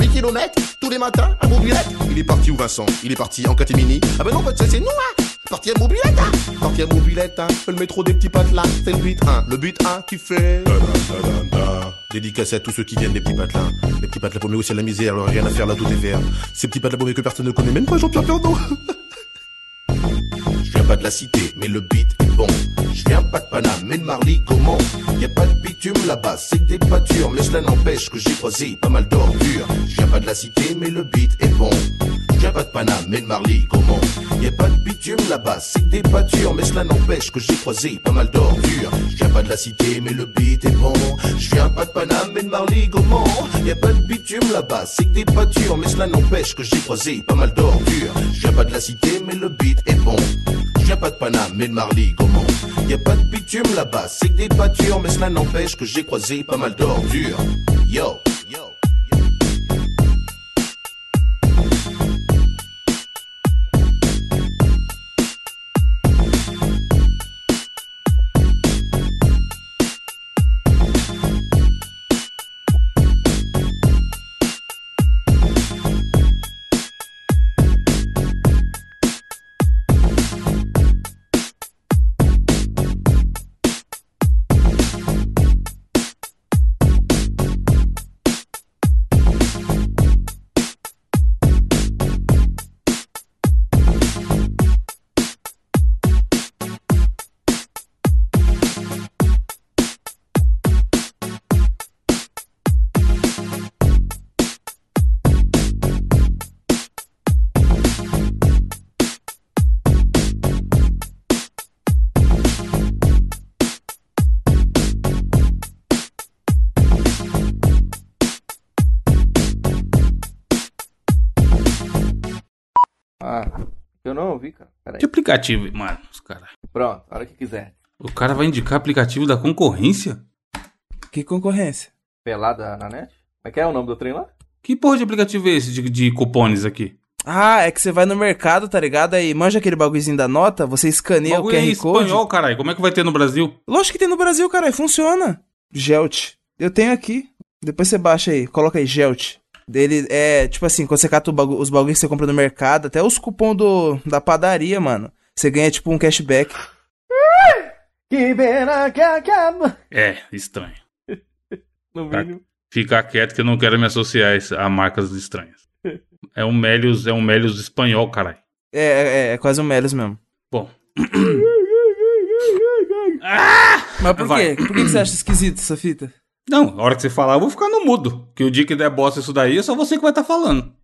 Speaker 9: 8 km tous les matins à Mobilette. Il est parti où Vincent Il est parti en catimini. Ah ben non, pote, ça, c'est nous, hein Parti à Mobilette, hein Parti à Mobilette, hein Le métro des petits patelins, c'est le but 1. Le but 1 qui fait... Da, da, da, da, da. Dédicace à tous ceux qui viennent des petits patelins. Les petits patelins paumés aussi à la misère, alors rien à faire là, tout est vert. Ces petits patelins paumés que personne ne connaît, même pas Jean-Pierre Perdon Je viens pas de la cité, mais le beat est bon. Je viens pas de Paname, mais de Marly, comment Y a pas de bitume là-bas, c'est que des pâtures. Mais cela n'empêche que j'ai croisé pas mal d'ordures. Je viens pas de la cité, mais le beat est bon. Je Y'a pas de Paname, mais de Marly, comment Y'a pas de bitume là-bas, c'est des pâtures, mais cela n'empêche que j'ai croisé pas mal d'ordures. J'viens pas de la cité, mais le beat est bon. J'viens pas de Paname, mais de Marly, comment Y'a pas de bitume là-bas, c'est que des pâtures, mais cela n'empêche que j'ai croisé pas mal d'ordures. J'viens pas de la cité, mais le beat est bon. J'viens pas de Paname, mais de Marly, comment Y a pas de bitume là-bas, c'est que des pâtures, mais cela n'empêche que j'ai croisé pas mal d'ordures. Yo, yo.
Speaker 4: Ah, eu não ouvi, cara. Peraí.
Speaker 2: Que aplicativo, mano, os cara.
Speaker 4: Pronto, a hora que quiser.
Speaker 2: O cara vai indicar aplicativo da concorrência?
Speaker 3: Que concorrência.
Speaker 4: Pelada na net? Como é que é o nome do trem lá?
Speaker 2: Que porra de aplicativo é esse de, de cupones aqui?
Speaker 3: Ah, é que você vai no mercado, tá ligado? Aí manja aquele bagulhozinho da nota, você escaneia o
Speaker 2: Bagulho é em
Speaker 3: QR Code.
Speaker 2: espanhol, caralho. Como é que vai ter no Brasil?
Speaker 3: Lógico que tem no Brasil, cara, funciona. Gelt. Eu tenho aqui. Depois você baixa aí, coloca aí Gelt. Ele é, tipo assim, quando você cata o bagu- os bagulhos que você compra no mercado, até os cupom do, da padaria, mano. Você ganha, tipo, um cashback.
Speaker 4: Que pena que acaba.
Speaker 2: É, estranho.
Speaker 4: No
Speaker 2: Tá.
Speaker 4: mínimo.
Speaker 2: Fica quieto que eu não quero me associar a esse- a marcas estranhas. É um Melios, é um Melios espanhol, caralho.
Speaker 3: É, é, é quase um Melos mesmo.
Speaker 2: Bom,
Speaker 3: Mas por
Speaker 2: Ah! Vai.
Speaker 3: quê? Por que que você acha esquisito essa fita?
Speaker 2: não, a hora que você falar, eu vou ficar no mudo. Que o dia que der bosta isso daí, é só você que vai estar falando.